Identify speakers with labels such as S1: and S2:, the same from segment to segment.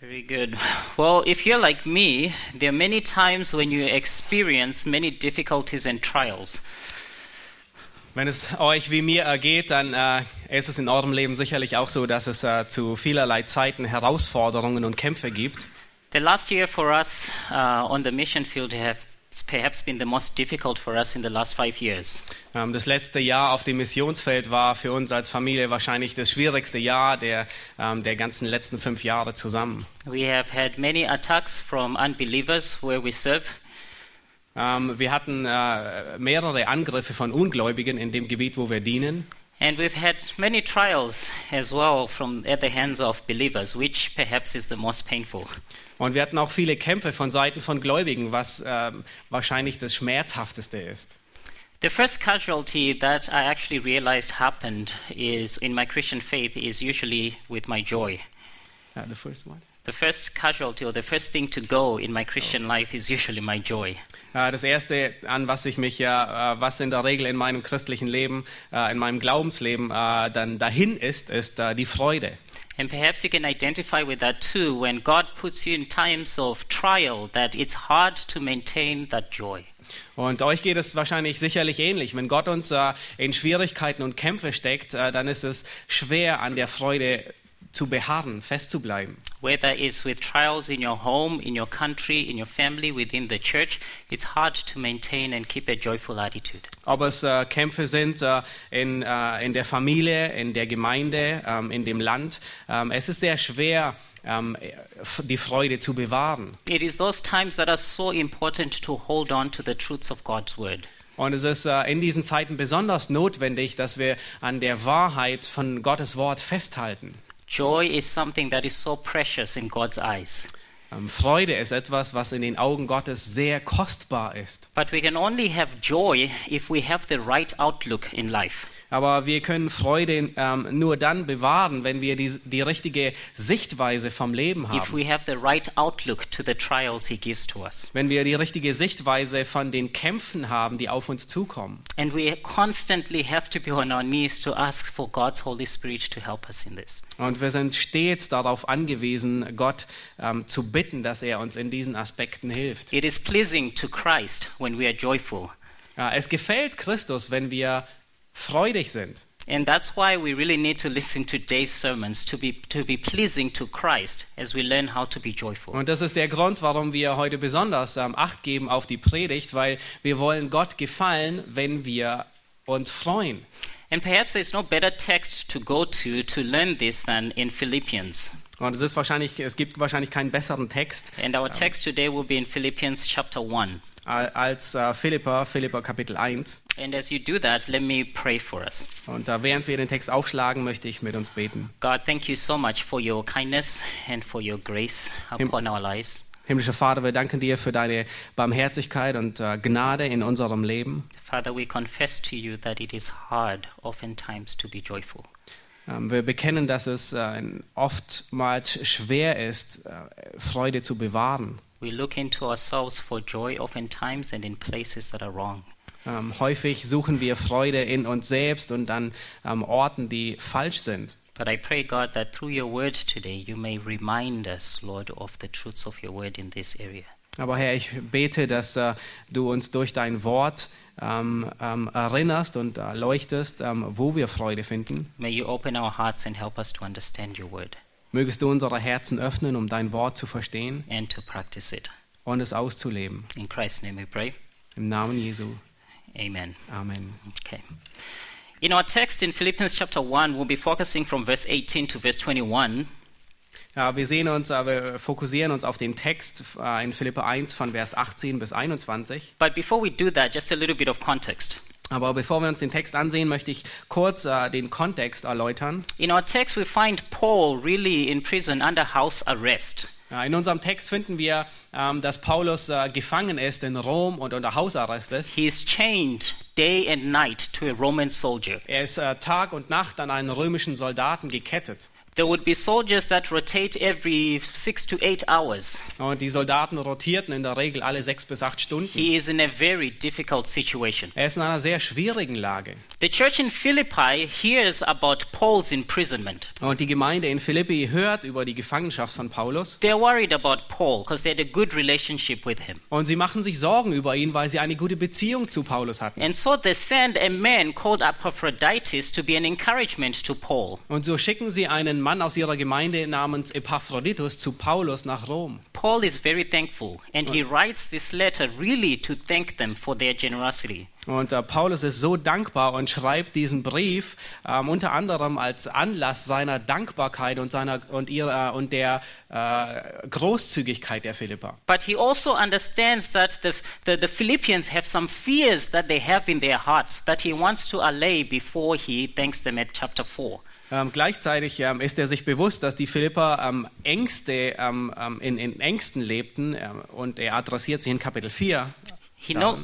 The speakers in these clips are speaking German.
S1: Very good. Well, if you're like me, there are many times when you experience many difficulties and trials.
S2: Wenn es euch wie mir ergeht, dann äh, ist es in eurem Leben sicherlich auch so, dass es äh, zu vielerlei Zeiten Herausforderungen und Kämpfe gibt.
S1: The last year for us uh, on the mission field have perhaps been the most difficult for us in the last five years.
S2: Ähm, das letzte Jahr auf dem Missionsfeld war für uns als Familie wahrscheinlich das schwierigste Jahr der, ähm, der ganzen letzten fünf Jahre zusammen.
S1: We have had many attacks from unbelievers where we serve.
S2: Ähm, wir hatten äh, mehrere Angriffe von Ungläubigen in dem Gebiet, wo wir dienen.
S1: And we've had many trials as well from at the hands of believers, which perhaps is the most painful.
S2: Und wir hatten auch viele Kämpfe von Seiten von Gläubigen, was ähm, wahrscheinlich das Schmerzhafteste ist.
S1: The first casualty that I actually realized happened is in my Christian faith is usually with my joy.
S2: Ja, the first one.
S1: The first casualty or the first thing to go in my Christian life is usually my joy.
S2: Äh, Das erste, an was ich mich ja, äh, was in der Regel in meinem christlichen Leben, äh, in meinem Glaubensleben äh, dann dahin ist, ist äh, die Freude.
S1: And perhaps you can identify with that too when God puts you in times of trial that it's hard to maintain that joy.
S2: Und euch geht es wahrscheinlich sicherlich ähnlich. Wenn Gott uns äh, in Schwierigkeiten und Kämpfe steckt, äh, dann ist es schwer, an der Freude zu beharren, festzubleiben.
S1: Whether it's with trials in your home, in your country, in your family, within the church, it's hard to maintain and keep a joyful attitude.
S2: Ob es äh, Kämpfe sind äh, in, äh, in der Familie, in der Gemeinde, ähm, in dem Land. Ähm, es ist sehr schwer, ähm, f- die Freude zu bewahren.
S1: It is those times that are so important to hold on to the truths of God's word.
S2: Und es ist äh, in diesen Zeiten besonders notwendig, dass wir an der Wahrheit von Gottes Wort festhalten.
S1: Joy is something that is so precious in God's eyes.
S2: Ähm, Freude ist etwas, was in den Augen Gottes sehr kostbar ist.
S1: But we can only have joy if we have the right outlook in life.
S2: Aber wir können Freude ähm, nur dann bewahren, wenn wir die, die richtige Sichtweise vom Leben
S1: If
S2: haben.
S1: we have the right outlook to the trials He gives to us.
S2: Wenn wir die richtige Sichtweise von den Kämpfen haben, die auf uns zukommen.
S1: And we constantly have to be on our knees to ask for God's Holy Spirit to help us in this.
S2: Und wir sind stets darauf angewiesen, Gott ähm, zu bitten, dass er uns in diesen Aspekten hilft.
S1: It is pleasing to Christ when we are joyful.
S2: Ja, es gefällt Christus, wenn wir freudig sind.
S1: And that's why we really need to listen to today's sermons to be, to be pleasing to Christ as we learn how to be joyful.
S2: Und das ist der Grund, warum wir heute besonders ähm, Acht geben auf die Predigt, weil wir wollen Gott gefallen, wenn wir uns freuen.
S1: And perhaps there's no better text to go to to learn this than in Philippians.
S2: Und es ist wahrscheinlich, es gibt wahrscheinlich keinen besseren Text
S1: And our text today will be in Philippians chapter 1.
S2: äh, als äh, Philippa, Philippa Kapitel 1.
S1: And as you do that, let me pray for us.
S2: Und äh, während wir den Text aufschlagen, möchte ich mit uns beten.
S1: God, thank you so much for your kindness and for your grace upon our lives.
S2: Himmlischer Vater, wir danken dir für deine Barmherzigkeit und äh, Gnade in unserem Leben.
S1: Father, we confess to you that it is hard oftentimes to be joyful.
S2: Ähm, wir bekennen, dass es äh, oftmals schwer ist, äh, Freude zu bewahren.
S1: We look into ourselves for joy oftentimes and in places that are wrong.
S2: Ähm, häufig suchen wir Freude in uns selbst und an ähm, Orten, die falsch sind.
S1: But I pray, God, that through your word today, you may remind us, Lord, of the truths of your word in this area.
S2: Aber Herr, ich bete, dass äh, du uns durch dein Wort ähm, ähm, erinnerst und äh, leuchtest, ähm, wo wir Freude finden.
S1: May you open our hearts and help us to understand your word
S2: Mögest du unsere Herzen öffnen, um dein Wort zu verstehen
S1: and to practice it.
S2: und es auszuleben.
S1: In Christ's name we pray.
S2: Im Namen Jesu.
S1: Amen.
S2: Amen.
S1: Okay. In our text in Philippians chapter 1, we'll be focusing from verse 18 to verse 21.
S2: Ja, wir sehen uns, äh, wir fokussieren uns auf den Text äh, in Philippe 1 von Vers 18 bis 21.
S1: But before we do that, just a little bit of context.
S2: Aber bevor wir uns den Text ansehen, möchte ich kurz äh, den Kontext erläutern.
S1: In our text, we find Paul really in prison under house arrest.
S2: Ja, In unserem Text finden wir, ähm, dass Paulus äh, gefangen ist in Rom und unter Hausarrest ist.
S1: He is chained day and night to a Roman soldier.
S2: Er ist äh, Tag und Nacht an einen römischen Soldaten gekettet.
S1: There would be soldiers that rotate every six to eight hours.
S2: Und die Soldaten rotierten in der Regel alle sechs bis acht Stunden.
S1: He is in a very difficult situation.
S2: Er ist in einer sehr schwierigen Lage.
S1: The church in Philippi hears about Paul's imprisonment.
S2: Und die Gemeinde in Philippi hört über die Gefangenschaft von Paulus.
S1: They're worried about Paul because they had a good relationship with him.
S2: Und sie machen sich Sorgen über ihn, weil sie eine gute Beziehung zu Paulus hatten.
S1: And so they send a man called Epaphroditus to be an encouragement to Paul.
S2: Und so schicken sie einen Mann aus ihrer Gemeinde namens Epaphroditus zu Paulus nach Rom.
S1: Paul is very thankful and he writes this letter really to thank them for their generosity.
S2: Und äh, Paulus ist so dankbar und schreibt diesen Brief ähm, unter anderem als Anlass seiner Dankbarkeit und, seiner, und, ihrer, und der äh, Großzügigkeit der Philippa.
S1: But he also understands that the, the, the Philippians have some fears that they have in their hearts that he wants to allay before he thanks them at chapter 4.
S2: Ähm, gleichzeitig ähm, ist er sich bewusst, dass die Philipper ähm, Ängste ähm, ähm, in, in Ängsten lebten ähm, und er adressiert sie in Kapitel 4.
S1: He, know,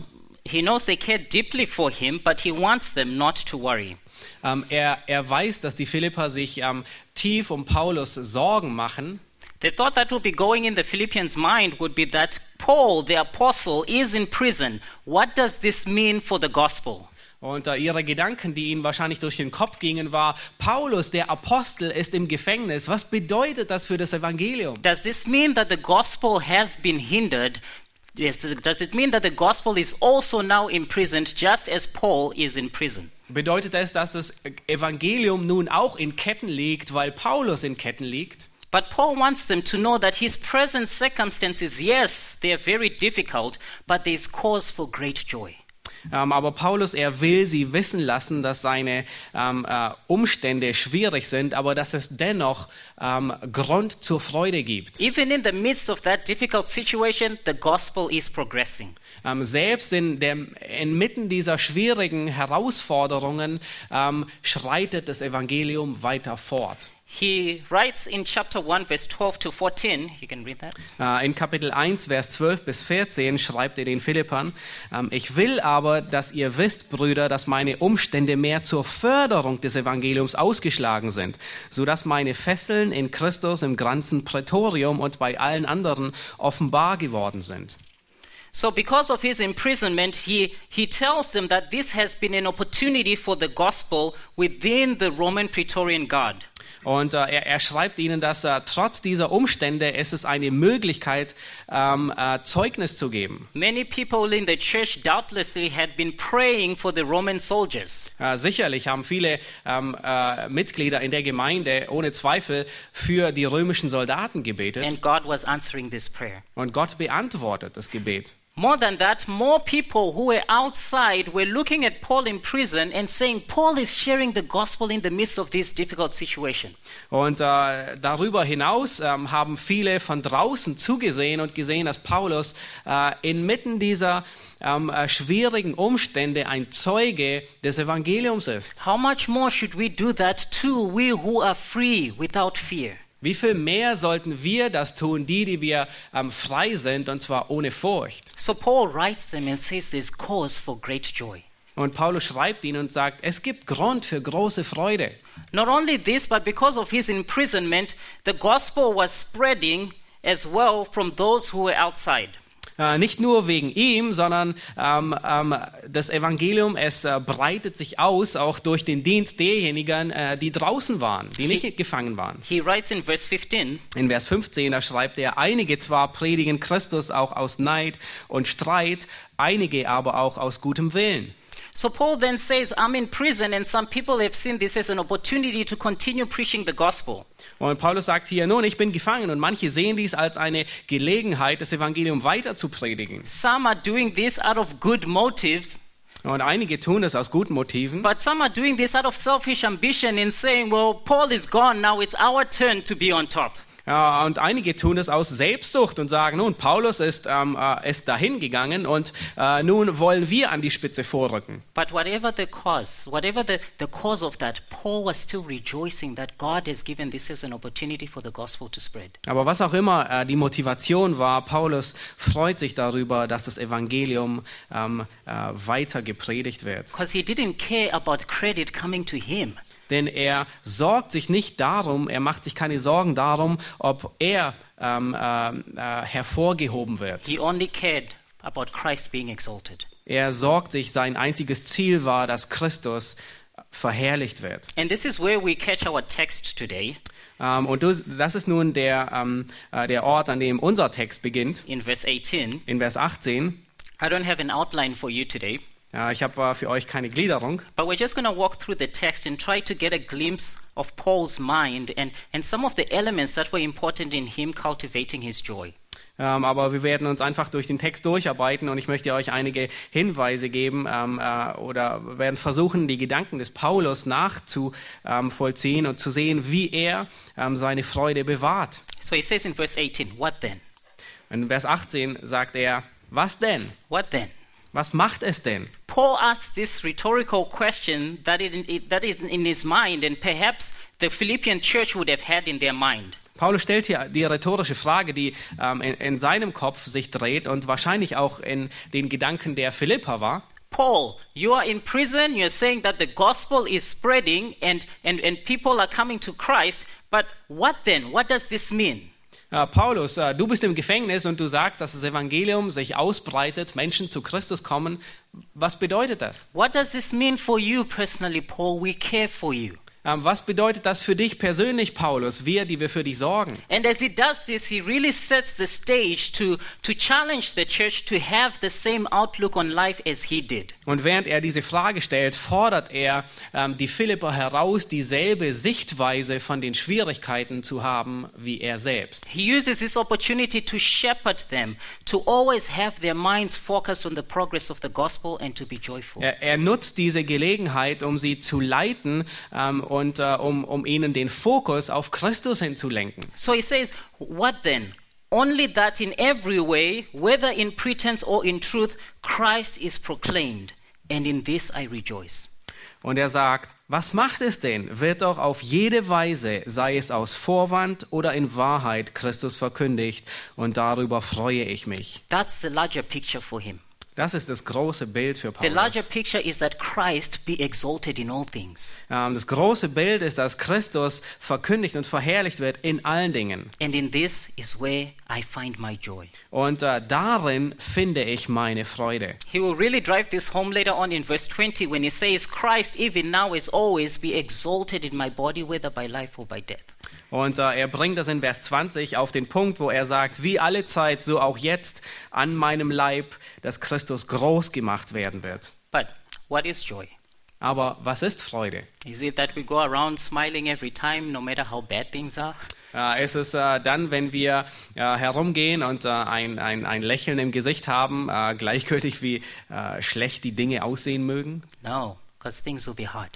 S1: he knows they care deeply for him, but he wants them not to worry.
S2: Ähm, er, er weiß, dass die Philipper sich ähm, tief um Paulus Sorgen machen.
S1: The thought that would be going in the Philippians' mind would be that Paul, the apostle, is in prison. What does this mean for the gospel?
S2: Und äh, ihre Gedanken, die ihnen wahrscheinlich durch den Kopf gingen, war, Paulus, der Apostel, ist im Gefängnis. Was bedeutet das für das Evangelium?
S1: Does this mean that the gospel has been hindered? Yes, does it mean that the gospel is also now imprisoned just as Paul is in prison?
S2: Bedeutet es, dass das Evangelium nun auch in Ketten liegt, weil Paulus in Ketten liegt?
S1: But Paul wants them to know that his present circumstances, yes, they are very difficult, but there is cause for great joy.
S2: Ähm, aber Paulus, er will sie wissen lassen, dass seine ähm, äh, Umstände schwierig sind, aber dass es dennoch ähm, Grund zur Freude gibt.
S1: Even in the midst of that difficult situation, the gospel is progressing.
S2: Ähm, selbst in der, inmitten dieser schwierigen Herausforderungen ähm, schreitet das Evangelium weiter fort.
S1: He writes in chapter 1, verse 12 to 14, you can read that.
S2: Äh, In Kapitel 1, Vers 12 bis 14 schreibt er den Philippern, ähm, ich will aber, dass ihr wisst, Brüder, dass meine Umstände mehr zur Förderung des Evangeliums ausgeschlagen sind, sodass meine Fesseln in Christus im ganzen Prätorium und bei allen anderen offenbar geworden sind.
S1: So, because of his imprisonment, he, he tells them that this has been an opportunity for the gospel within the Roman Praetorian Guard.
S2: Und äh, er, er schreibt ihnen, dass äh, trotz dieser Umstände ist es eine Möglichkeit, ähm, äh, Zeugnis zu geben.
S1: Many people in the church doubtlessly had been praying for the Roman soldiers.
S2: Äh, sicherlich haben viele ähm, äh, Mitglieder in der Gemeinde ohne Zweifel für die römischen Soldaten gebetet
S1: And God was answering this prayer.
S2: und Gott beantwortet das Gebet.
S1: More than that, more people who were outside were looking at Paul in prison and saying, Paul is sharing the gospel in the midst of this difficult situation.
S2: Und äh, darüber hinaus ähm, haben viele von draußen zugesehen und gesehen, dass Paulus äh, inmitten dieser ähm, äh, schwierigen Umstände ein Zeuge des Evangeliums ist.
S1: How much more should we do that too, we who are free without fear?
S2: Wie viel mehr sollten wir das tun, die, die wir ähm, frei sind, und zwar ohne Furcht?
S1: So Paul writes them and says there's cause for great joy.
S2: Und Paulus schreibt ihnen und sagt, es gibt Grund für große Freude.
S1: Not only this, but because of his imprisonment, the gospel was spreading as well from those who were outside.
S2: Äh, nicht nur wegen ihm, sondern ähm, ähm, das Evangelium, es äh, breitet sich aus, auch durch den Dienst derjenigen, äh, die draußen waren, die nicht gefangen waren.
S1: He writes in verse 15
S2: In Vers 15, da schreibt er, einige zwar predigen Christus auch aus Neid und Streit, einige aber auch aus gutem Willen.
S1: So Paul then says, I'm in prison, and some people have seen this as an opportunity to continue preaching the gospel.
S2: Und Paulus sagt hier, nun, ich bin gefangen und manche sehen dies als eine Gelegenheit, das Evangelium weiter zu predigen.
S1: Some are doing this out of good motives,
S2: Und einige tun es aus guten Motiven.
S1: but some are doing this out of selfish ambition in saying, well, Paul is gone, now it's our turn to be on top.
S2: Ja, und einige tun es aus Selbstsucht und sagen, nun, Paulus ist, ähm, äh, ist dahin gegangen und äh, nun wollen wir an die Spitze vorrücken.
S1: But whatever the cause, whatever the, the cause of that, Paul was still rejoicing that God has given this as an opportunity for the gospel to spread.
S2: Aber was auch immer äh, die Motivation war, Paulus freut sich darüber, dass das Evangelium ähm, äh, weiter gepredigt wird.
S1: Because he didn't care about credit coming to him.
S2: denn er sorgt sich nicht darum, er macht sich keine Sorgen darum, ob er ähm, äh, äh, hervorgehoben wird.
S1: He only cared about Christ being exalted.
S2: Er sorgt sich, sein einziges Ziel war, dass Christus verherrlicht wird.
S1: And this is where we catch our text today
S2: Ähm, und das das ist nun der, ähm, äh, der Ort, an dem unser Text beginnt,
S1: in verse 18.
S2: in Vers 18.
S1: I don't have an outline for you today,
S2: Ja, ich habe äh, für euch keine Gliederung,
S1: but we're just going to walk through the text and try to get a glimpse of Paul's mind and, and some of the elements that were important in him cultivating his joy.
S2: ähm, aber wir werden uns einfach durch den Text durcharbeiten und ich möchte euch einige Hinweise geben ähm, äh, oder werden versuchen, die Gedanken des Paulus nachzuvollziehen und zu sehen, wie er ähm, seine Freude bewahrt.
S1: So he says in verse 18, What then?
S2: In Vers 18 sagt er, was denn?
S1: What then?
S2: Was macht es denn?
S1: Paul asks this rhetorical question that, it, it- that is in his mind, and perhaps the Philippian church would have had in their mind.
S2: Paulus stellt hier die rhetorische Frage, die ähm, in, in seinem Kopf sich dreht und wahrscheinlich auch in den Gedanken der Philippa war.
S1: Paul, you are in prison, you're saying that the gospel is spreading and, and, and people are coming to Christ, but what then? What does this mean?
S2: Äh, Paulus, äh, du bist im Gefängnis und du sagst, dass das Evangelium sich ausbreitet, Menschen zu Christus kommen. Was bedeutet das?
S1: What does this mean for you personally, Paul? We care for you.
S2: Ähm, was bedeutet das für dich persönlich, Paulus, wir, die wir für dich sorgen?
S1: And as he does this, he really sets the stage to, to challenge the church to have the same outlook on life as he did.
S2: Und während er diese Frage stellt, fordert er ähm, die Philipper heraus, dieselbe Sichtweise von den Schwierigkeiten zu haben wie er selbst.
S1: He uses this opportunity to shepherd them, to always have their minds focused on the progress of the gospel and to be joyful.
S2: Er, er nutzt diese Gelegenheit, um sie zu leiten ähm, und äh, um, um ihnen den Fokus auf Christus hinzulenken.
S1: So he says, What then? Only that in every way, whether in pretense or in truth, Christ is proclaimed, and in this I rejoice.
S2: Und er sagt, was macht es denn? Wird doch auf jede Weise, sei es aus Vorwand oder in Wahrheit, Christus verkündigt und darüber freue ich mich.
S1: That's the larger picture for him.
S2: Das ist das große Bild für
S1: The larger
S2: Paulus.
S1: picture is that Christ be exalted in all things,
S2: Ähm, das große Bild ist, dass Christus verkündigt und verherrlicht wird in allen Dingen.
S1: and in this is where I find my joy.
S2: Und äh, darin finde ich meine Freude.
S1: He will really drive this home later on in verse 20 when he says, Christ, even now as always, be exalted in my body, whether by life or by death.
S2: Und äh, er bringt das in Vers 20 auf den Punkt, wo er sagt, wie alle Zeit, so auch jetzt an meinem Leib, dass Christus groß gemacht werden wird.
S1: But what is joy?
S2: Aber was ist Freude?
S1: Is it that we go around smiling every time, no matter how bad things are?
S2: Äh, ist es äh, dann, wenn wir äh, herumgehen und äh, ein, ein, ein Lächeln im Gesicht haben, äh, gleichgültig wie äh, schlecht die Dinge aussehen mögen?
S1: No, because things will be hard.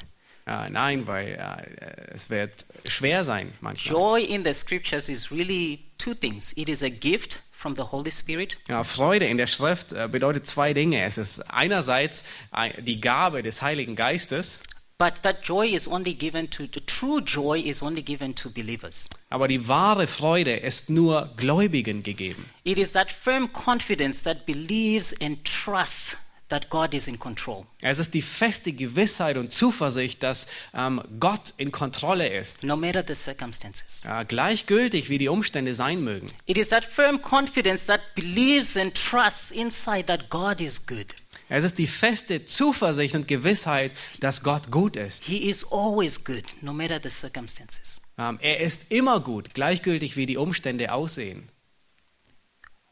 S2: Äh, nein, weil äh, es wird schwer sein manchmal.
S1: Joy in the scriptures is really two things it is a gift from the Holy Spirit,
S2: Ja, Freude in der Schrift äh, bedeutet zwei Dinge. Es ist einerseits äh, die Gabe des Heiligen Geistes,
S1: but that joy is only given to, the true joy is only given to believers.
S2: Aber die wahre Freude ist nur Gläubigen gegeben.
S1: It is that firm confidence that believes and trusts that God is in control.
S2: Es ist die feste Gewissheit und Zuversicht, dass ähm, Gott in Kontrolle ist.
S1: no matter the circumstances.
S2: Ja, gleichgültig, wie die Umstände sein mögen.
S1: It is that firm confidence that believes and trusts inside that God is good.
S2: Es ist die feste Zuversicht und Gewissheit, dass Gott gut ist.
S1: He is always good, no matter the circumstances.
S2: Ähm, er ist immer gut, gleichgültig, wie die Umstände aussehen.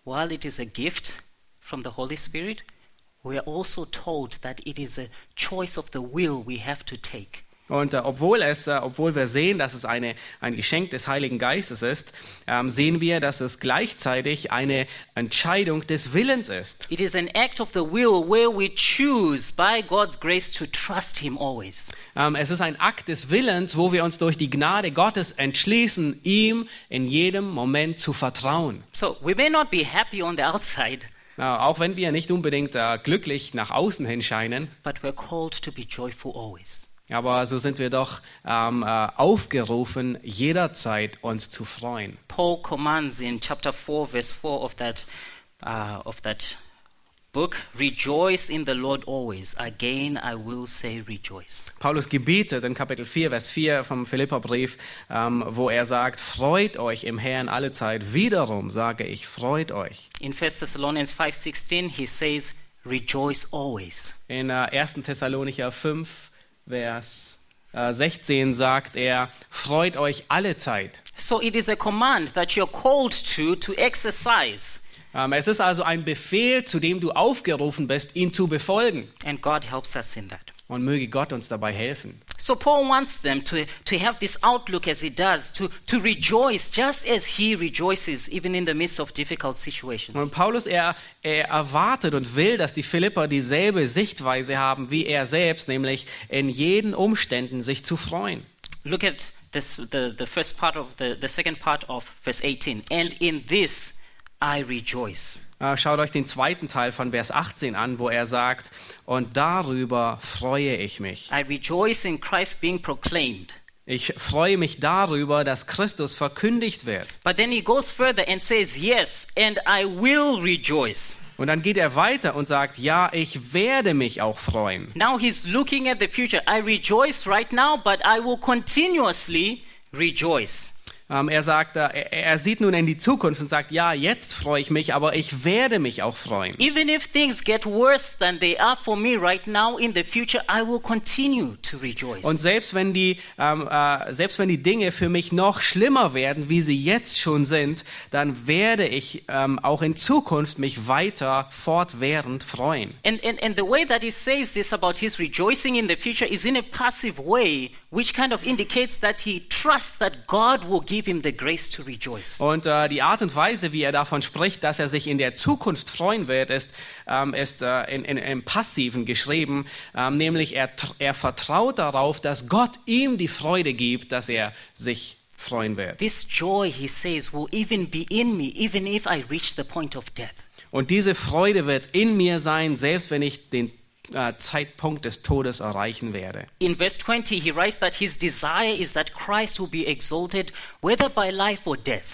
S1: While it is a gift from the Holy Spirit, we are also told that it is a choice of the will we have to take.
S2: Und äh, obwohl, es, äh, obwohl wir sehen, dass es eine, ein Geschenk des Heiligen Geistes ist, ähm, sehen wir, dass es gleichzeitig eine Entscheidung des Willens ist.
S1: It is an act of the will where we choose by God's grace to trust Him always.
S2: Ähm, es ist ein Akt des Willens, wo wir uns durch die Gnade Gottes entschließen, ihm in jedem Moment zu vertrauen.
S1: So we may not be happy on the outside,
S2: Äh, auch wenn wir nicht unbedingt äh, glücklich nach außen hin scheinen,
S1: but we're called to be joyful always.
S2: aber so sind wir doch ähm, äh, aufgerufen, jederzeit uns zu freuen.
S1: Paul commands in chapter 4, verse 4 of that, uh, of that book, rejoice in the Lord always. Again, I will say rejoice.
S2: Paulus gebietet in Kapitel 4, Vers 4 vom Philipperbrief, ähm, wo er sagt, freut euch im Herrn alle Zeit. Wiederum sage ich, freut euch.
S1: In 1 Thessalonians 5:16, he says, rejoice always.
S2: In äh, 1. Thessalonicher 5, Vers äh, 16 sagt er, freut euch alle Zeit.
S1: So it is a command that you're called to to exercise,
S2: Ähm, es ist also ein Befehl, zu dem du aufgerufen bist, ihn zu befolgen.
S1: and God helps us in that.
S2: Und möge Gott uns dabei helfen.
S1: So Paul wants them to, to have this outlook as he does, to, to rejoice just as he rejoices, even in the midst of difficult situations.
S2: Und Paulus, er, er erwartet und will, dass die Philipper dieselbe Sichtweise haben wie er selbst, nämlich in jeden Umständen sich zu freuen.
S1: Look at this the, the first part of the, the second part of verse 18. And in this I rejoice.
S2: Äh, Schaut euch den zweiten Teil von Vers 18 an, wo er sagt, und darüber freue ich mich.
S1: I rejoice in Christ being proclaimed.
S2: Ich freue mich darüber, dass Christus verkündigt wird.
S1: But then he goes further and says, Yes, and I will rejoice.
S2: Und dann geht er weiter und sagt, ja, ich werde mich auch freuen.
S1: Now he's looking at the future. I rejoice right now, but I will continuously rejoice.
S2: Ähm, Er sagt, äh, er er sieht nun in die Zukunft und sagt, ja, jetzt freue ich mich, aber ich werde mich auch freuen.
S1: Even if things get worse than they are for me right now, in the future, I will continue to rejoice.
S2: Und selbst wenn die, ähm, äh, selbst wenn die Dinge für mich noch schlimmer werden, wie sie jetzt schon sind, dann werde ich ähm, auch in Zukunft mich weiter fortwährend freuen.
S1: And, and, and the way that he says this about his rejoicing in the future is in a passive way, which kind of indicates that he trusts that God will give him the grace to rejoice.
S2: Und äh, die Art und Weise, wie er davon spricht, dass er sich in der Zukunft freuen wird, ist, ähm, ist äh, in, in, im Passiven geschrieben, ähm, nämlich er, tr- er vertraut darauf, dass Gott ihm die Freude gibt, dass er sich freuen wird.
S1: This joy, he says, will even be in me, even if I reach the point of death.
S2: Und diese Freude wird in mir sein, selbst wenn ich den äh, Zeitpunkt des Todes erreichen werde.
S1: In verse 20, he writes that his desire is that Christ will be exalted, whether by life or death.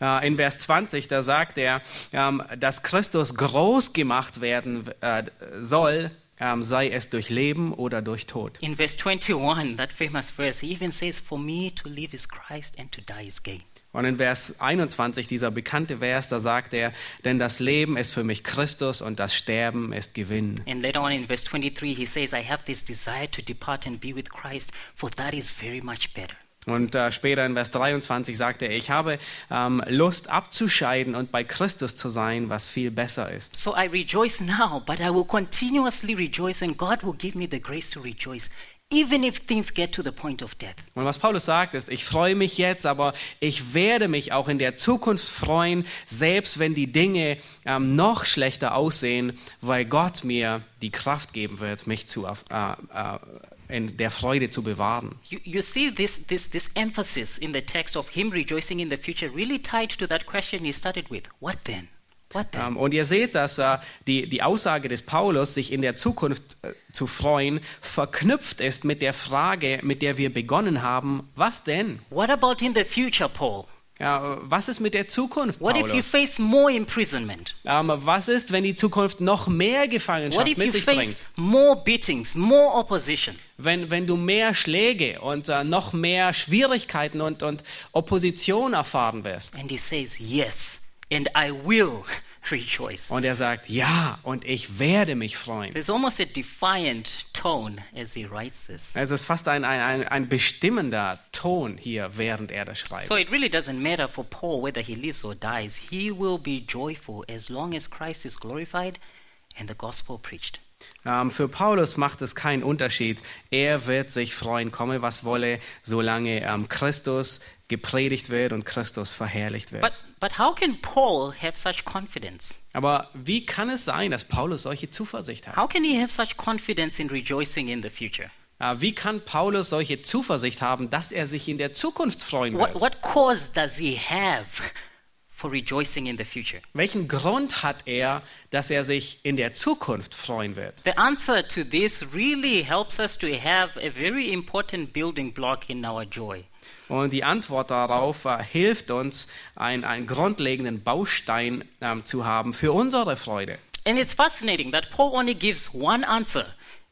S2: Äh, in Vers 20, da sagt er, ähm, dass Christus groß gemacht werden äh, soll, ähm, sei es durch Leben oder durch Tod.
S1: In verse 21, that famous verse, he even says, For me to live is Christ and to die is gain.
S2: Und in Vers 21, dieser bekannte Vers, da sagt er, denn das Leben ist für mich Christus und das Sterben ist Gewinn.
S1: And later on in verse 23, he says, I have this desire to depart and be with Christ, for that is very much better.
S2: Und äh, später in Vers 23 sagt er, ich habe ähm, Lust abzuscheiden und bei Christus zu sein, was viel besser ist.
S1: So I rejoice now, but I will continuously rejoice, and God will give me the grace to rejoice, even if things get to the point of death.
S2: Und was Paulus sagt ist, ich freue mich jetzt, aber ich werde mich auch in der Zukunft freuen, selbst wenn die Dinge ähm, noch schlechter aussehen, weil Gott mir die Kraft geben wird, mich zu, erf- äh, äh, in der Freude zu bewahren.
S1: You, you see this, this, this emphasis in the text of him rejoicing in the future really tied to that question he started with What then? What then?
S2: Ähm, und ihr seht, dass äh, die, die Aussage des Paulus, sich in der Zukunft äh, zu freuen, verknüpft ist mit der Frage, mit der wir begonnen haben, was denn?
S1: what about in the future, Paul?
S2: Ja, was ist mit der Zukunft,
S1: What if you
S2: Paulus?
S1: face more imprisonment?
S2: Ähm, was ist, wenn die Zukunft noch mehr
S1: What
S2: Gefangenschaft
S1: if
S2: mit
S1: you
S2: sich
S1: face
S2: bringt?
S1: more beatings, more opposition?
S2: Wenn, wenn du mehr Schläge und äh, noch mehr Schwierigkeiten und, und Opposition erfahren wirst.
S1: And he says, Yes, and I will rejoice.
S2: Und er sagt, ja, und ich werde mich freuen.
S1: There's almost a defiant tone as he writes this.
S2: Es ist fast ein, ein, ein, ein bestimmender Ton hier, während er das schreibt.
S1: So it really doesn't matter for Paul whether he lives or dies. He will be joyful as long as Christ is glorified and the gospel preached.
S2: Ähm, für Paulus macht es keinen Unterschied. Er wird sich freuen, komme was wolle, solange ähm, Christus gepredigt wird und Christus verherrlicht wird.
S1: But, but how can Paul have such confidence?
S2: Aber wie kann es sein, dass Paulus solche Zuversicht hat?
S1: How can he have such confidence in rejoicing in the future?
S2: Äh, Wie kann Paulus solche Zuversicht haben, dass er sich in der Zukunft freuen
S1: What,
S2: wird?
S1: what cause does he have for rejoicing in the future?
S2: Welchen Grund hat er, dass er sich in der Zukunft freuen wird?
S1: The answer to this really helps us to have a very important building block in our joy.
S2: Und die Antwort darauf äh, hilft uns, ein, einen grundlegenden Baustein ähm, zu haben für unsere Freude.
S1: And it's fascinating that Paul only gives one answer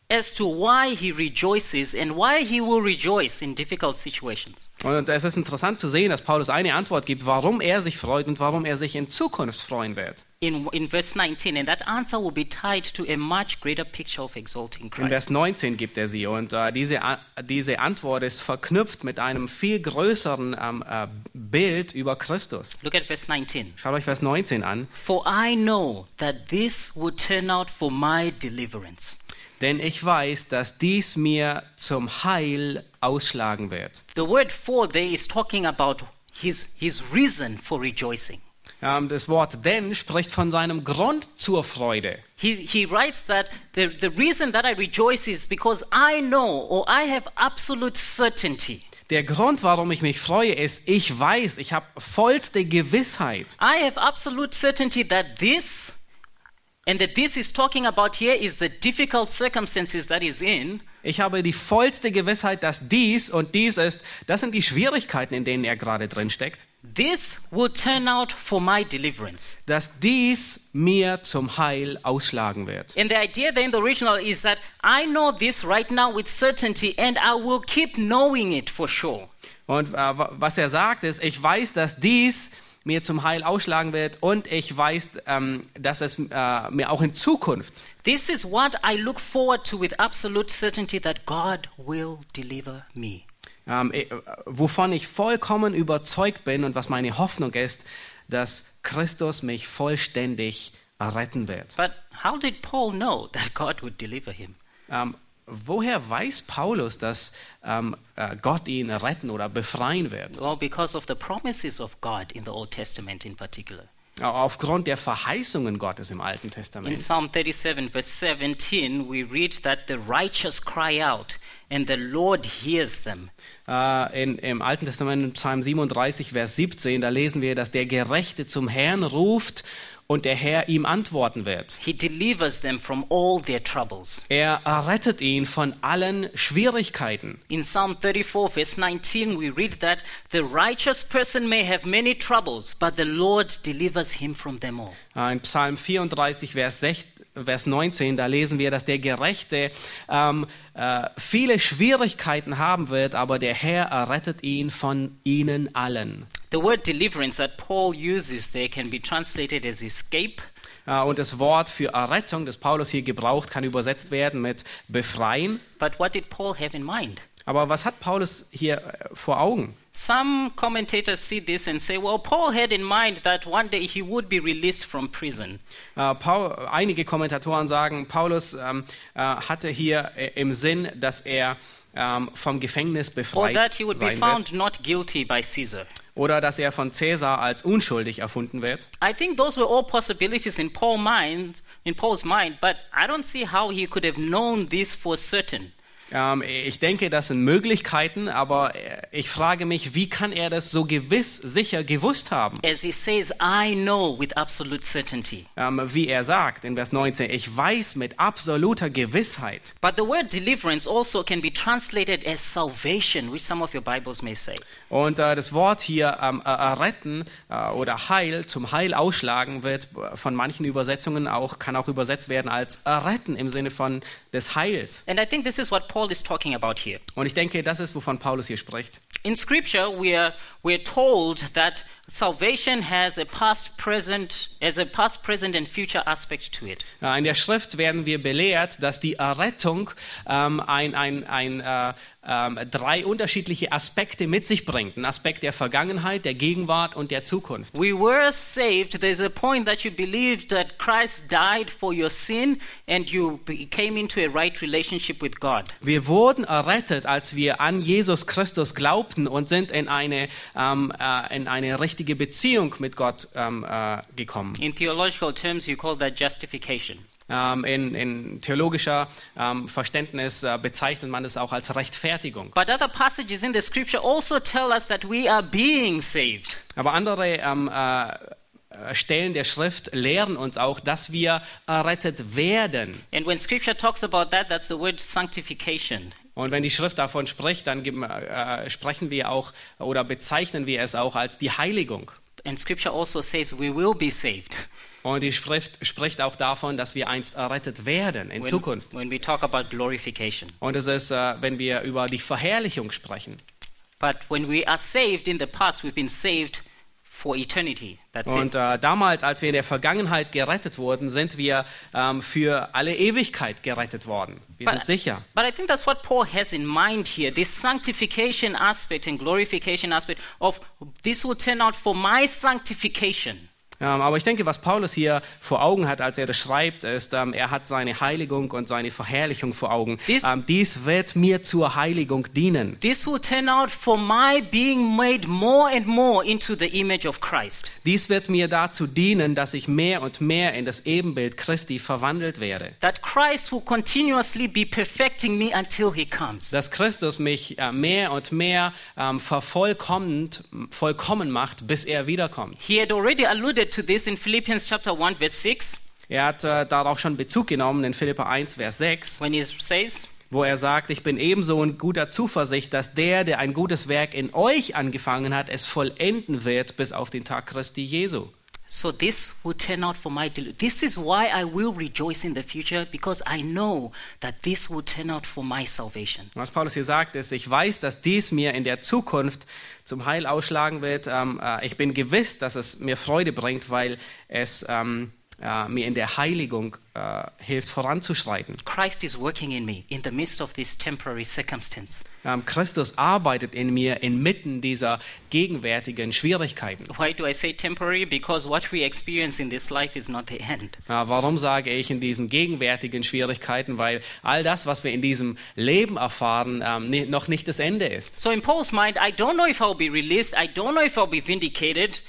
S1: as to why he rejoices and why he will rejoice in difficult situations.
S2: Und es ist interessant zu sehen, dass Paulus eine Antwort gibt, warum er sich freut und warum er sich in Zukunft freuen wird.
S1: In, in verse 19, and that answer will be tied to a much greater picture of exalting
S2: In
S1: Christ.
S2: Vers 19 gibt er sie und äh, diese, A- diese Antwort ist verknüpft mit einem viel größeren ähm, äh, Bild über Christus.
S1: Look at verse 19.
S2: Schaut euch Vers 19 an.
S1: For I know that this will turn out for my deliverance.
S2: Denn ich weiß, dass dies mir zum Heil ausschlagen wird.
S1: The word for there is talking about his, his reason for rejoicing.
S2: Ähm, das Wort denn spricht von seinem Grund zur Freude.
S1: He, he writes that the, the reason that I rejoice is because I know or I have absolute certainty.
S2: Der Grund, warum ich mich freue, ist, ich weiß, ich habe vollste Gewissheit.
S1: I have absolute certainty that this, and that this is talking about here, is the difficult circumstances that is in,
S2: Ich habe die vollste Gewissheit, dass dies und dies ist, das sind die Schwierigkeiten, in denen er gerade drin steckt,
S1: this will turn out for my deliverance.
S2: dass dies mir zum Heil ausschlagen wird.
S1: And the idea there in the original is that I know this right now with certainty, and I will keep knowing it for sure.
S2: Und äh, wa- was er sagt ist, ich weiß, dass dies mir zum Heil ausschlagen wird und ich weiß, ähm, dass es äh, mir auch in Zukunft
S1: This is what I look forward to with absolute certainty that God will deliver me.
S2: ähm, äh, wovon ich vollkommen überzeugt bin und was meine Hoffnung ist, dass Christus mich vollständig retten wird.
S1: But how did Paul know that God would deliver him?
S2: Ähm, woher weiß Paulus, dass ähm, äh, Gott ihn retten oder befreien wird?
S1: Well, because of the promises of God in the Old Testament in particular.
S2: Aufgrund der Verheißungen Gottes im Alten
S1: In
S2: Testament.
S1: Psalm 37, verse 17, we read that the righteous cry out and the Lord hears them.
S2: Äh, in, Im Alten Testament, in Psalm 37, Vers 17, da lesen wir, dass der Gerechte zum Herrn ruft und der Herr ihm antworten wird.
S1: He delivers them from all their troubles.
S2: Er rettet ihn von allen Schwierigkeiten.
S1: In Psalm 34, verse 19, we read that the righteous person may have many troubles, but the Lord delivers him from them all.
S2: Äh, In Psalm 34, Vers, 6, Vers 19, da lesen wir, dass der Gerechte ähm, äh, viele Schwierigkeiten haben wird, aber der Herr errettet ihn von ihnen allen.
S1: The word deliverance that Paul uses there can be translated as escape,
S2: Äh, und das Wort für Errettung, das Paulus hier gebraucht, kann übersetzt werden mit befreien.
S1: but what did Paul have in mind?
S2: Aber was hat Paulus hier äh, vor Augen?
S1: Some commentators see this and say, well, Paul had in mind that one day he would be released from prison.
S2: Äh, Paul, einige Kommentatoren sagen, Paulus ähm, äh, hatte hier äh, im Sinn, dass er ähm, vom Gefängnis
S1: Or
S2: befreit
S1: that he would be
S2: sein wird.
S1: found not guilty by Caesar.
S2: oder dass er von Cäsar als unschuldig erfunden wird.
S1: I think those were all possibilities in Paul's mind, in Paul's mind, but I don't see how he could have known this for certain.
S2: Ähm, ich denke, das sind Möglichkeiten, aber äh, ich frage mich, wie kann er das so gewiss, sicher gewusst haben?
S1: As he says, I know with absolute certainty.
S2: Ähm, wie er sagt in Vers 19, ich weiß mit absoluter Gewissheit.
S1: But the word deliverance also can be translated as salvation, which some of your Bibles may say.
S2: Und äh, das Wort hier ähm, äh, retten äh, oder Heil zum Heil ausschlagen wird äh, von manchen Übersetzungen auch, kann auch übersetzt werden als äh, retten im Sinne von des Heils.
S1: And I think this is what Paul is talking about here.
S2: Und ich denke, das ist, wovon Paulus hier spricht.
S1: In Scripture, we are, we are told that salvation has a past, present, as a past, present, and future aspect to it.
S2: Ja, Äh, In der Schrift werden wir belehrt, dass die Errettung ähm, ein, ein, ein, äh, ähm, drei unterschiedliche Aspekte mit sich bringt. Ein Aspekt der Vergangenheit, der Gegenwart und der Zukunft.
S1: We were saved. There's a point that you believed that Christ died for your sin and you be- came into a right relationship with God.
S2: Wir wurden errettet, als wir an Jesus Christus glaubten und sind in eine, ähm, äh, in eine richtige Beziehung mit Gott ähm, äh, gekommen.
S1: In theological terms, you call that justification.
S2: Ähm, in, in theologischer ähm, Verständnis äh, bezeichnet man es auch als Rechtfertigung.
S1: But other passages in the scripture also tell us that we are being saved.
S2: Aber andere ähm, äh, äh, Stellen der Schrift lehren uns auch, dass wir errettet werden.
S1: And when scripture talks about that, that's the word sanctification.
S2: Und wenn die Schrift davon spricht, dann geben, äh, sprechen wir auch oder bezeichnen wir es auch als die Heiligung.
S1: And scripture also says we will be saved.
S2: Und die Schrift spricht auch davon, dass wir einst errettet werden in
S1: when,
S2: Zukunft.
S1: when we talk about glorification.
S2: Und es ist, äh, wenn wir über die Verherrlichung sprechen.
S1: But when we are saved in the past, we've been saved for eternity. That's it.
S2: Und äh, damals, als wir in der Vergangenheit gerettet wurden, sind wir ähm, für alle Ewigkeit gerettet worden. Wir sind sicher.
S1: but I think that's what Paul has in mind here this sanctification aspect and glorification aspect of this will turn out for my sanctification.
S2: Ähm, aber ich denke, was Paulus hier vor Augen hat, als er das schreibt, ist, ähm, er hat seine Heiligung und seine Verherrlichung vor Augen.
S1: Dies-
S2: ähm, dies wird mir zur Heiligung dienen.
S1: This will turn out for my being made more and more into the image of Christ.
S2: Dies wird mir dazu dienen, dass ich mehr und mehr in das Ebenbild Christi verwandelt werde.
S1: That Christ will continuously be perfecting me until he comes.
S2: Dass Christus mich äh, mehr und mehr ähm, vervollkommend, vollkommen macht, bis er wiederkommt.
S1: He had already alluded to this in Philippians chapter 1 verse 6
S2: Er hat äh, darauf schon Bezug genommen in Philippa 1, Vers 6,
S1: when he says,
S2: wo er sagt, ich bin ebenso in guter Zuversicht, dass der, der ein gutes Werk in euch angefangen hat, es vollenden wird bis auf den Tag Christi Jesu.
S1: So this will turn out for my del- this is why I will rejoice in the future because I know that this will turn out for my salvation.
S2: Und Was Paulus hier sagt, ist, ich weiß, dass dies mir in der Zukunft zum Heil ausschlagen wird. Ähm, äh, ich bin gewiss, dass es mir Freude bringt, weil es ähm, äh, mir in der Heiligung äh, hilft, voranzuschreiten.
S1: Christ is working in me in the midst of this temporary circumstance.
S2: Ähm, Christus arbeitet in mir inmitten dieser gegenwärtigen Schwierigkeiten.
S1: Why do I say temporary? Because what we experience in this life is not the end.
S2: Ja, Äh, warum sage ich in diesen gegenwärtigen Schwierigkeiten? Weil all das, was wir in diesem Leben erfahren, ähm, ni- noch nicht das Ende ist.
S1: So in Paul's mind, I don't know if I'll be released, I don't know if I'll be vindicated,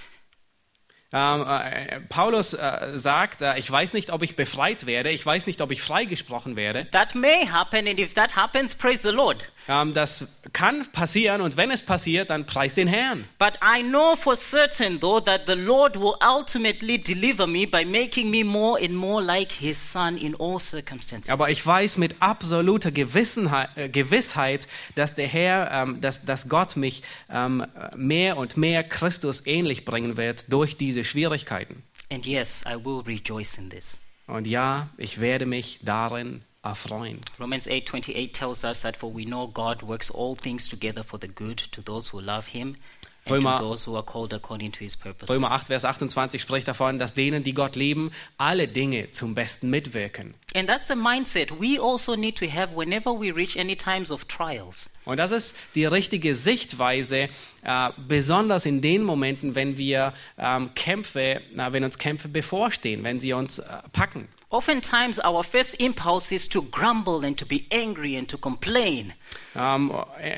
S2: Ähm, äh, Paulus äh, sagt, äh, ich weiß nicht, ob ich befreit werde, ich weiß nicht, ob ich freigesprochen werde.
S1: That may happen, and if that happens, praise the Lord.
S2: Ähm, das kann passieren und wenn es passiert, dann preis den Herrn.
S1: But I know for certain, though, that the Lord will ultimately deliver me by making me more and more like His Son in all circumstances.
S2: Aber ich weiß mit absoluter Gewissenheit, äh, Gewissheit, dass der Herr, ähm, dass, dass Gott mich ähm, mehr und mehr Christus ähnlich bringen wird durch diese Schwierigkeiten.
S1: and yes, I will rejoice in this.
S2: Und ja, ich werde mich darin erfreuen.
S1: Romans 8:28 tells us that for we know God works all things together for the good to those who love Him and
S2: Römer-
S1: to those who are called according to His purposes.
S2: Römer 8, Vers 28 spricht davon, dass denen, die Gott lieben, alle Dinge zum Besten mitwirken.
S1: And that's the mindset we also need to have whenever we reach any times of trials.
S2: Und das ist die richtige Sichtweise, äh, besonders in den Momenten, wenn wir ähm, Kämpfe, na, wenn uns Kämpfe bevorstehen, wenn sie uns äh, packen.
S1: Oftentimes, our first impulse is to grumble and to be angry and to complain.
S2: Ähm,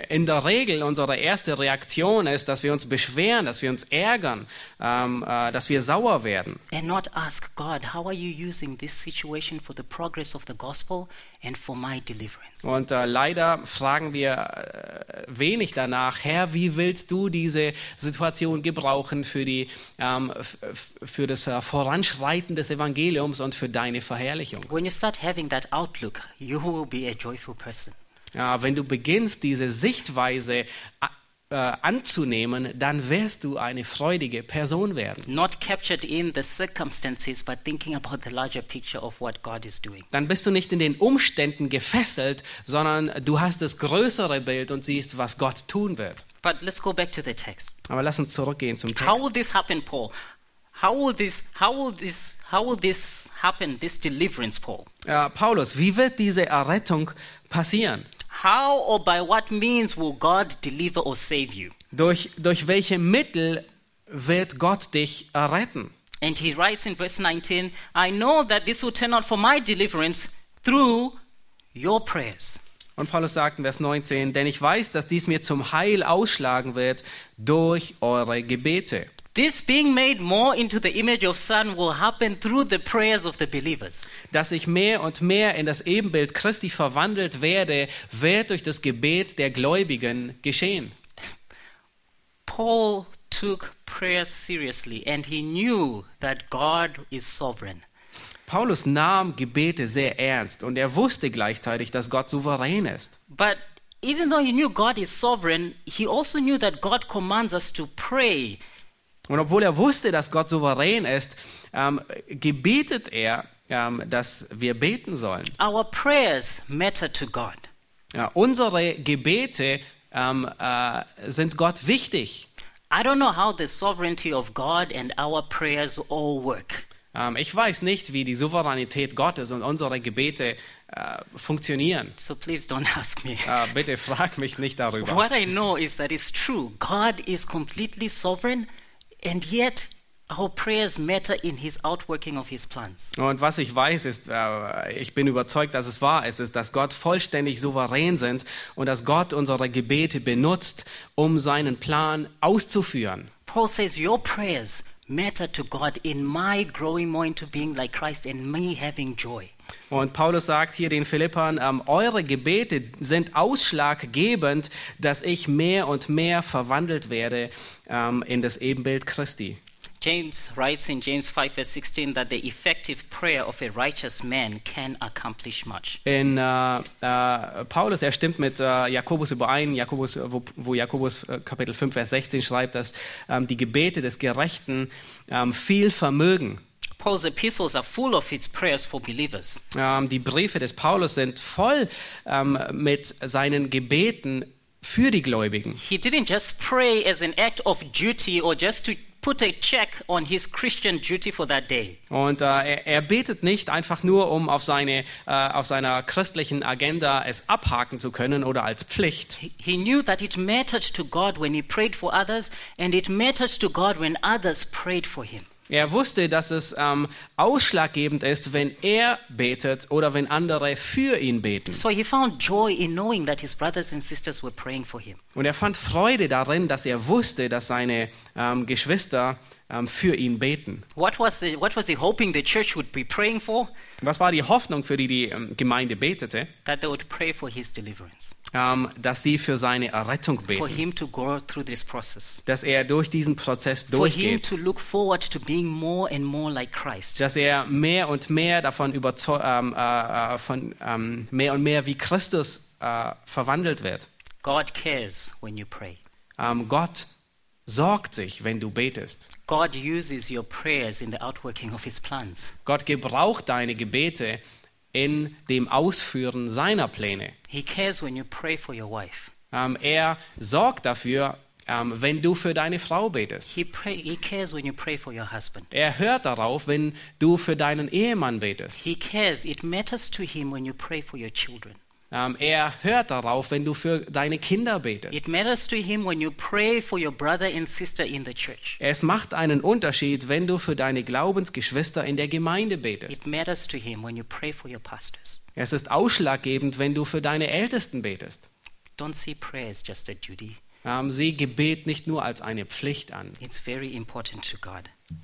S2: in der Regel unsere erste Reaktion ist, dass wir uns beschweren, dass wir uns ärgern, ähm, äh, dass wir sauer werden.
S1: and not ask God, how are you using this situation for the progress of the gospel and for my deliverance?
S2: Und äh, leider fragen wir äh, wenig danach, Herr, wie willst du diese Situation gebrauchen für, die, ähm, f- f- für das äh, Voranschreiten des Evangeliums und für deine Verherrlichung?
S1: When you start having that outlook, you will be a joyful person.
S2: Ja, wenn du beginnst, diese Sichtweise a- äh, anzunehmen, dann wirst du eine freudige Person werden.
S1: Not captured in the circumstances, but thinking about the larger picture of what God is doing.
S2: Dann bist du nicht in den Umständen gefesselt, sondern du hast das größere Bild und siehst, was Gott tun wird.
S1: But let's go back to the text.
S2: Aber lass uns zurückgehen zum Text.
S1: How will this happen, Paul? How will this how will this how will this happen, this deliverance, Paul?
S2: Ja, Paulus, wie wird diese Errettung passieren?
S1: How or by what means will God deliver or save you?
S2: Durch, durch welche Mittel wird Gott dich erretten?
S1: And he writes in verse 19, I know that this will turn out for my deliverance through your prayers.
S2: Und Paulus sagt in Vers 19, denn ich weiß, dass dies mir zum Heil ausschlagen wird durch eure Gebete.
S1: This being made more into the image of Son will happen through the prayers of the believers.
S2: Dass ich mehr und mehr in das Ebenbild Christi verwandelt werde, wird durch das Gebet der Gläubigen geschehen.
S1: Paul took prayer seriously and he knew that God is sovereign.
S2: Paulus nahm Gebete sehr ernst und er wusste gleichzeitig, dass Gott souverän ist.
S1: But even though he knew God is sovereign, he also knew that God commands us to pray
S2: Und obwohl er wusste, dass Gott souverän ist, ähm, gebetet er, ähm, dass wir beten sollen.
S1: Our prayers matter to God.
S2: Ja, unsere Gebete ähm, äh, sind Gott wichtig.
S1: I don't know how the sovereignty of God and our prayers all work,
S2: Ähm, ich weiß nicht, wie die Souveränität Gottes und unsere Gebete äh, funktionieren.
S1: so please don't ask me.
S2: Äh, bitte frag mich nicht darüber.
S1: What I know is that it's true. God is completely sovereign, and yet our prayers matter in his outworking of his plans.
S2: Und was ich weiß ist, äh, ich bin überzeugt, dass es wahr ist, ist, dass Gott vollständig souverän sind und dass Gott unsere Gebete benutzt, um seinen Plan auszuführen.
S1: Paul says, Your prayers matter to God in my growing more into being like Christ and me having joy.
S2: Und Paulus sagt hier den Philippern, ähm, eure Gebete sind ausschlaggebend, dass ich mehr und mehr verwandelt werde ähm, in das Ebenbild Christi.
S1: James writes in James 5, verse 16, that the effective prayer of a righteous man can accomplish much.
S2: In äh, äh, Paulus, er stimmt mit äh, Jakobus überein, Jakobus, äh, wo, wo Jakobus äh, Kapitel 5, Vers 16 schreibt, dass ähm, die Gebete des Gerechten ähm, viel vermögen.
S1: Paul's epistles are full of his prayers for believers.
S2: Ähm, die Briefe des Paulus sind voll ähm, mit seinen Gebeten für die Gläubigen.
S1: He didn't just pray as an act of duty or just to put a check on his Christian duty for that day.
S2: Und äh, er, er betet nicht einfach nur, um auf, seine, äh, auf seiner christlichen Agenda es abhaken zu können oder als Pflicht.
S1: He- He knew that it mattered to God when he prayed for others, and it mattered to God when others prayed for him.
S2: Er wusste, dass es ähm, ausschlaggebend ist, wenn er betet oder wenn andere für ihn beten.
S1: So he found joy in knowing that his brothers and sisters were praying for him.
S2: Und er fand Freude darin, dass er wusste, dass seine ähm, Geschwister ähm, für ihn beten.
S1: What was, the, what was he hoping the church would be praying for?
S2: Was war die Hoffnung, für die die ähm, Gemeinde betete?
S1: That they would pray for his deliverance,
S2: Ähm, dass sie für seine Errettung beten.
S1: for him to go through this process,
S2: Dass er durch diesen Prozess
S1: for him
S2: durchgeht.
S1: to look forward to being more and more like Christ.
S2: dass er mehr und mehr davon überzeugt, ähm, äh, äh, von ähm, mehr und mehr wie Christus äh, verwandelt wird.
S1: God cares when you pray.
S2: Ähm, Gott sorgt sich, wenn du betest.
S1: God uses your prayers in the outworking of his plans.
S2: Gott gebraucht deine Gebete in dem Ausführen seiner Pläne.
S1: He cares when you pray for your wife.
S2: Ähm, er sorgt dafür, ähm, wenn du für deine Frau betest.
S1: He, pray, he cares when you pray for your husband.
S2: Er hört darauf, wenn du für deinen Ehemann betest.
S1: He cares. It matters to him when you pray for your children.
S2: Ähm, er hört darauf, wenn du für deine Kinder betest.
S1: It matters to him when you pray for your brother and sister in the church.
S2: Es macht einen Unterschied, wenn du für deine Glaubensgeschwister in der Gemeinde betest.
S1: It matters to him when you pray for your pastors.
S2: Es ist ausschlaggebend, wenn du für deine Ältesten betest.
S1: Don't see prayer as just a duty.
S2: Ähm, sieh Gebet nicht nur als eine Pflicht an.
S1: It's very important to God.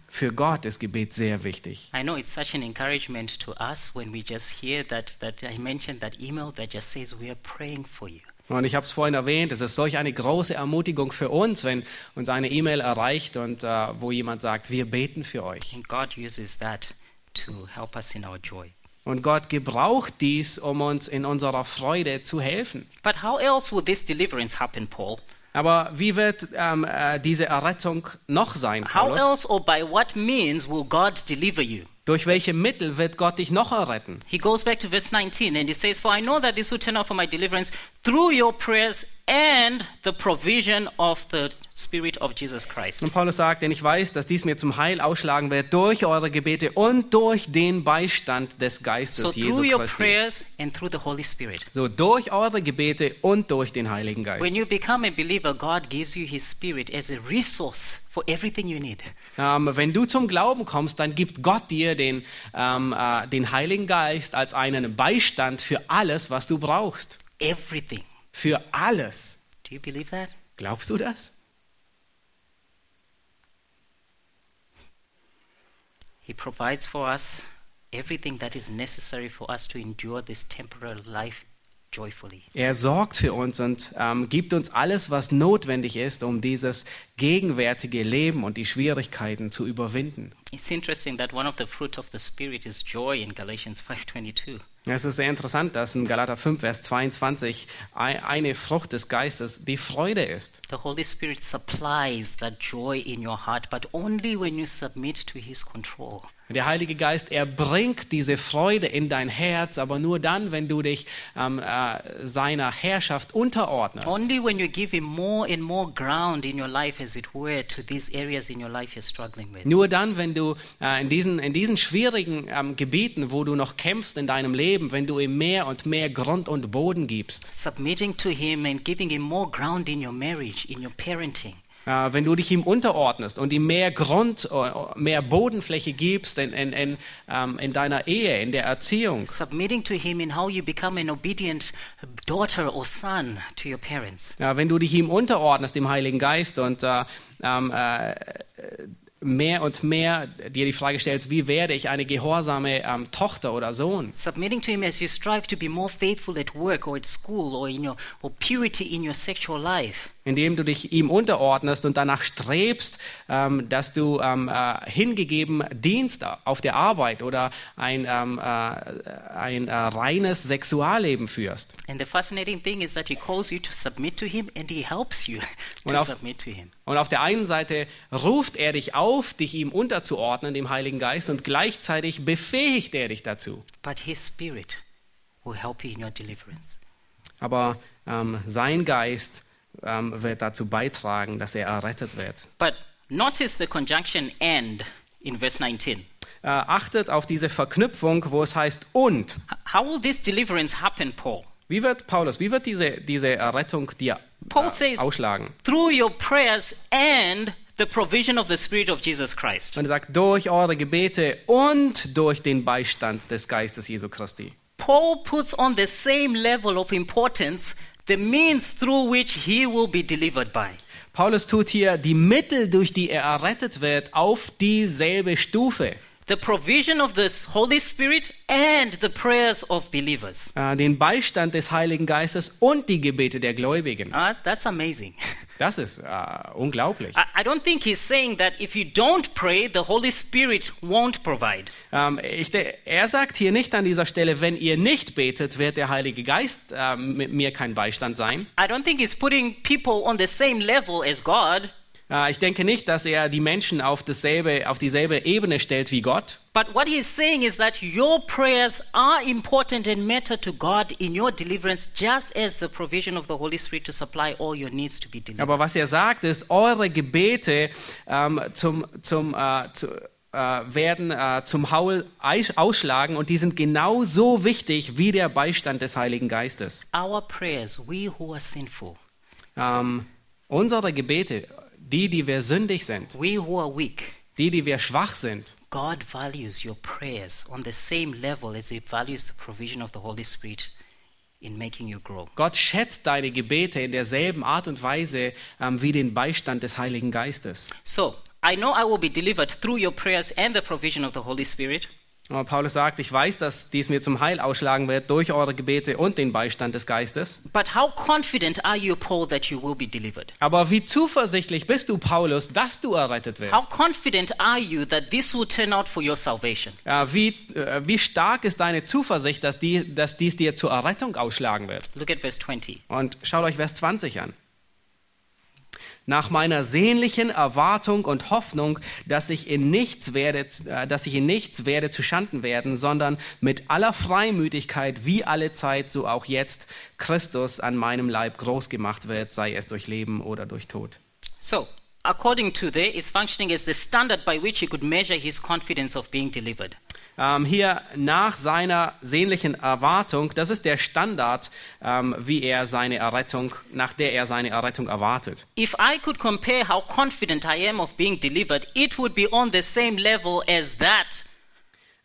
S2: Für Gott ist Gebet sehr wichtig.
S1: I know it's such an encouragement to us when we just hear that, that I mentioned that email that just says, We are praying for you.
S2: Und ich habe es vorhin erwähnt, es ist solch eine große Ermutigung für uns, wenn uns eine E-Mail erreicht und äh, wo jemand sagt, wir beten für euch.
S1: And God uses that to help us in our joy.
S2: Und Gott gebraucht dies, um uns in unserer Freude zu helfen.
S1: But how else would this deliverance happen, Paul?
S2: Aber wie wird ähm, äh, diese Errettung noch sein,
S1: How
S2: Paulus?
S1: else or by what means will God deliver you?
S2: Durch welche Mittel wird Gott dich noch erretten?
S1: He goes back to verse 19 and he says, For I know that this will turn out for my deliverance through your prayers and the provision of the Spirit of Jesus Christ.
S2: Und Paulus sagt, denn ich weiß, dass dies mir zum Heil ausschlagen wird durch eure Gebete und durch den Beistand des
S1: So
S2: Geistes Jesu
S1: through your
S2: Christi.
S1: prayers and through the Holy Spirit.
S2: So durch eure Gebete und durch den Heiligen
S1: When
S2: Geist.
S1: you become a believer, God gives you His Spirit as a resource for everything you need.
S2: Ähm, wenn du zum Glauben kommst, dann gibt Gott dir den, ähm, äh, den Heiligen Geist als einen Beistand für alles, was du brauchst.
S1: Everything.
S2: Für alles.
S1: Do you believe that?
S2: Glaubst du das?
S1: He provides for us everything that is necessary for us to endure this temporal life joyfully.
S2: Er sorgt für uns und ähm, gibt uns alles, was notwendig ist, um dieses gegenwärtige Leben und die Schwierigkeiten zu überwinden.
S1: It's interesting that one of the fruit of the spirit is joy in Galatians 5:22.
S2: Es ist sehr interessant, dass in Galater 5, Vers 22 ei- eine Frucht des Geistes die Freude ist.
S1: The Holy Spirit supplies that joy in your heart, but only when you submit to His control.
S2: Der Heilige Geist, er bringt diese Freude in dein Herz, aber nur dann, wenn du dich ähm, äh, seiner Herrschaft unterordnest.
S1: Only when you give Him more and more ground in your life, as it were, to these areas in your life you're struggling with.
S2: Nur dann, wenn du äh, in, diesen, in diesen schwierigen ähm, Gebieten, wo du noch kämpfst in deinem Leben, wenn du ihm mehr und mehr Grund und Boden gibst,
S1: Submitting to Him and giving Him more ground in your marriage, in your parenting.
S2: äh, wenn du dich ihm unterordnest und ihm mehr Grund, äh, mehr Bodenfläche gibst in, in, in, ähm, in deiner Ehe, in der Erziehung,
S1: Submitting to Him in how you become an obedient daughter or son to your parents.
S2: Ja, wenn du dich ihm unterordnest, dem Heiligen Geist, und äh, ähm, äh, mehr und mehr dir die Frage stellst, wie werde ich eine gehorsame ähm, Tochter oder Sohn?
S1: Submitting to Him as you strive to be more faithful at work or at school or in your or purity in your sexual life.
S2: Indem du dich ihm unterordnest und danach strebst, ähm, dass du ähm, äh, hingegeben Dienst auf der Arbeit oder ein, ähm, äh, ein äh, reines Sexualleben führst.
S1: And the fascinating thing is that He calls you to submit to Him and He helps you
S2: Und
S1: to
S2: auf-
S1: submit to Him.
S2: Und auf der einen Seite ruft er dich auf, dich ihm unterzuordnen, dem Heiligen Geist, und gleichzeitig befähigt er dich dazu.
S1: But His Spirit will help you in your deliverance.
S2: Aber ähm, sein Geist ähm, wird dazu beitragen, dass er errettet wird.
S1: But notice the conjunction and in verse 19.
S2: Äh, achtet auf diese Verknüpfung, wo es heißt und.
S1: H- How will this deliverance happen, Paul?
S2: Wie wird, Paulus, wie wird diese, diese Errettung dir
S1: Paul
S2: äh,
S1: says-
S2: ausschlagen?
S1: Through your prayers and the provision of the Spirit of Jesus Christ.
S2: Und er sagt, durch eure Gebete und durch den Beistand des Geistes Jesu Christi.
S1: Paul puts on the same level of importance the means through which he will be delivered by.
S2: Paulus tut hier die Mittel, durch die er errettet wird, auf dieselbe Stufe.
S1: The provision of the Holy Spirit and the prayers of believers.
S2: Äh, den Beistand des Heiligen Geistes und die Gebete der Gläubigen.
S1: Ah, that's amazing.
S2: Das ist äh, unglaublich.
S1: I, I don't think he's saying that if you don't pray, the Holy Spirit won't provide.
S2: Ähm, ich, de- er sagt hier nicht an dieser Stelle, wenn ihr nicht betet, wird der Heilige Geist ähm, mit mir kein Beistand sein.
S1: I don't think he's putting people on the same level as God,
S2: Äh, ich denke nicht, dass er die Menschen auf, dasselbe, auf dieselbe Ebene stellt wie Gott.
S1: but what he's saying is that your prayers are important and matter to God in your deliverance, just as the provision of the Holy Spirit to supply all your needs to be delivered.
S2: Aber was er sagt, ist, eure Gebete ähm, zum, zum, äh, zu, äh, werden äh, zum Haul eis- ausschlagen und die sind genauso wichtig wie der Beistand des Heiligen Geistes.
S1: Our prayers, we who are sinful,
S2: Ähm, unsere Gebete, die, die wir sündig sind,
S1: we who are weak,
S2: die, die wir schwach sind,
S1: God values your prayers on the same level as He values the provision of the Holy Spirit in making you grow.
S2: Gott schätzt deine Gebete in derselben Art und Weise ähm, wie den Beistand des Heiligen Geistes.
S1: So, I know I will be delivered through your prayers and the provision of the Holy Spirit,
S2: Aber Paulus sagt, ich weiß, dass dies mir zum Heil ausschlagen wird durch eure Gebete und den Beistand des Geistes.
S1: but how confident are you, Paul, that you will be delivered?
S2: Aber wie zuversichtlich bist du, Paulus, dass du errettet
S1: How
S2: wirst?
S1: confident are you that this will turn out for your salvation?
S2: Äh, wie, äh, wie stark ist deine Zuversicht, dass, die, dass dies dir zur Errettung ausschlagen wird?
S1: Look at verse 20.
S2: Und schaut euch Vers 20 an. Nach meiner sehnlichen Erwartung und Hoffnung, dass ich in nichts werde, äh, dass ich in nichts werde zu Schanden werden, sondern mit aller Freimütigkeit wie alle Zeit, so auch jetzt, Christus an meinem Leib groß gemacht wird, sei es durch Leben oder durch Tod.
S1: So, according to there, is functioning as the standard by which he could measure his confidence of being delivered.
S2: Ähm, hier nach seiner sehnlichen Erwartung, das ist der Standard, ähm, wie er seine Errettung, nach der er seine Errettung erwartet.
S1: If I could compare how confident I am of being delivered, it would be on the same level as that.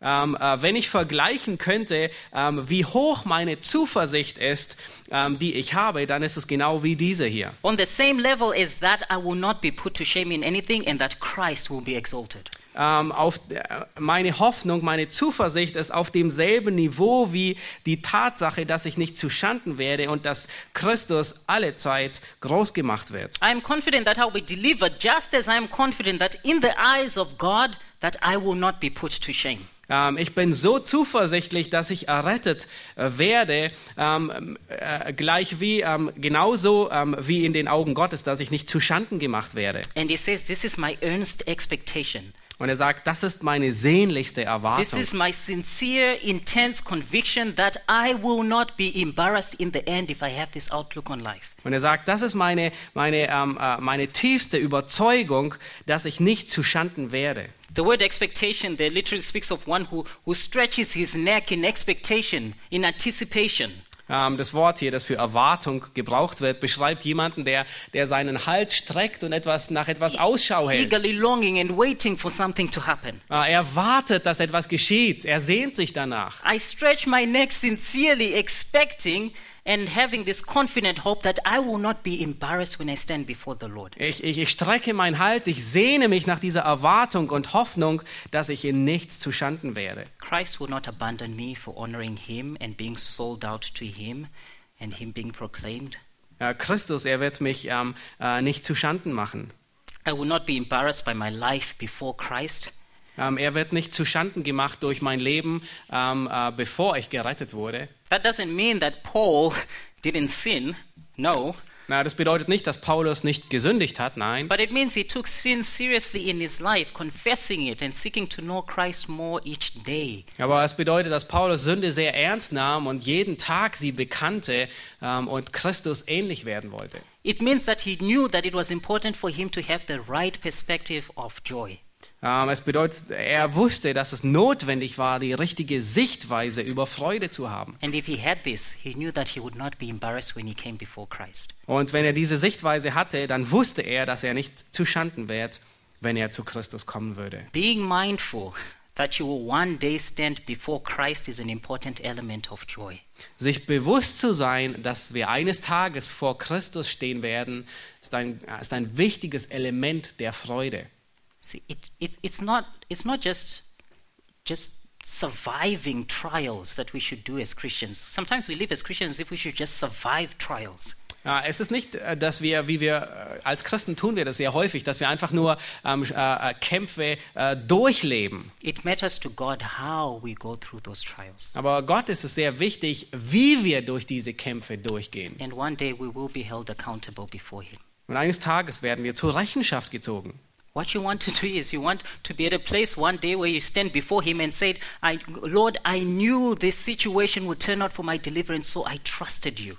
S2: Ähm, äh, wenn ich vergleichen könnte, ähm, wie hoch meine Zuversicht ist, ähm, die ich habe, dann ist es genau wie diese hier.
S1: On the same level as that, I will not be put to shame in anything and that Christ will be exalted.
S2: Ähm, auf, äh, meine Hoffnung, meine Zuversicht ist auf demselben Niveau wie die Tatsache, dass ich nicht zu Schanden werde und dass Christus alle Zeit groß gemacht wird.
S1: I am confident that I will be delivered just as I am confident that in the eyes of God, that I will not be put to shame.
S2: Ähm, ich bin so zuversichtlich, dass ich errettet äh, werde, ähm, äh, gleich wie, ähm, genauso ähm, wie in den Augen Gottes, dass ich nicht zu Schanden gemacht werde.
S1: And he says, This is my earnest expectation.
S2: Und er sagt, das ist meine sehnlichste
S1: This
S2: Erwartung.
S1: is my sincere, intense conviction that I will not be embarrassed in the end if I have this outlook on life.
S2: Und er sagt, das ist meine, meine, ähm, äh, meine tiefste Überzeugung, dass ich nicht zu Schanden werde.
S1: The word expectation there literally speaks of one who, who stretches his neck in expectation, in anticipation.
S2: Ähm, das Wort hier, das für Erwartung gebraucht wird, beschreibt jemanden, der, der seinen Hals streckt und etwas nach etwas Ausschau hält.
S1: Eagerly longing and waiting for something to happen.
S2: Äh, Er wartet, dass etwas geschieht. Er sehnt sich danach.
S1: I stretch my neck sincerely, expecting and having this confident hope that I will not be embarrassed when I stand before the Lord.
S2: Ich, ich, ich strecke meinen Hals, ich sehne mich nach dieser Erwartung und Hoffnung, dass ich in nichts zu Schanden werde.
S1: Christ will not abandon me for honoring him and being sold out to him and him being proclaimed.
S2: Äh, Christus, er wird mich ähm, äh, nicht zu Schanden machen.
S1: I will not be embarrassed by my life before Christ.
S2: Ähm, er wird nicht zu Schanden gemacht durch mein Leben, ähm, äh, bevor ich gerettet wurde.
S1: That doesn't mean that Paul didn't sin. No.
S2: Na, das bedeutet nicht, dass Paulus nicht gesündigt hat, nein.
S1: But it means he took sin seriously in his life, confessing it and seeking to know Christ more each day.
S2: Aber es bedeutet, dass Paulus Sünde sehr ernst nahm und jeden Tag sie bekannte ähm, und Christus ähnlich werden wollte.
S1: It means that he knew that it was important for him to have the right perspective of joy.
S2: Ähm, es bedeutet, er wusste, dass es notwendig war, die richtige Sichtweise über Freude zu haben.
S1: And if he had this, he knew that he would not be embarrassed when he came before Christ.
S2: Und wenn er diese Sichtweise hatte, dann wusste er, dass er nicht zu Schanden wird, wenn er zu Christus kommen würde.
S1: Being mindful that you will one day stand before Christ is an important element of joy.
S2: Sich bewusst zu sein, dass wir eines Tages vor Christus stehen werden, ist ein, ist ein wichtiges Element der Freude.
S1: See, it, it, it's not it's not just just surviving trials that we should do as Christians. Sometimes we live as Christians as if we should just survive trials.
S2: Ja, es ist nicht, äh, dass wir, wie wir äh, als Christen tun wir das sehr häufig, dass wir einfach nur ähm, äh, äh, Kämpfe äh, durchleben.
S1: It matters to God how we go through those trials.
S2: Aber Gott ist es sehr wichtig, wie wir durch diese Kämpfe durchgehen.
S1: And one day we will be held accountable before Him.
S2: Und eines Tages werden wir zur Rechenschaft gezogen.
S1: What you want to do is you want to be at a place one day where you stand before Him and said, I, Lord, I knew this situation would turn out for my deliverance, so I trusted you.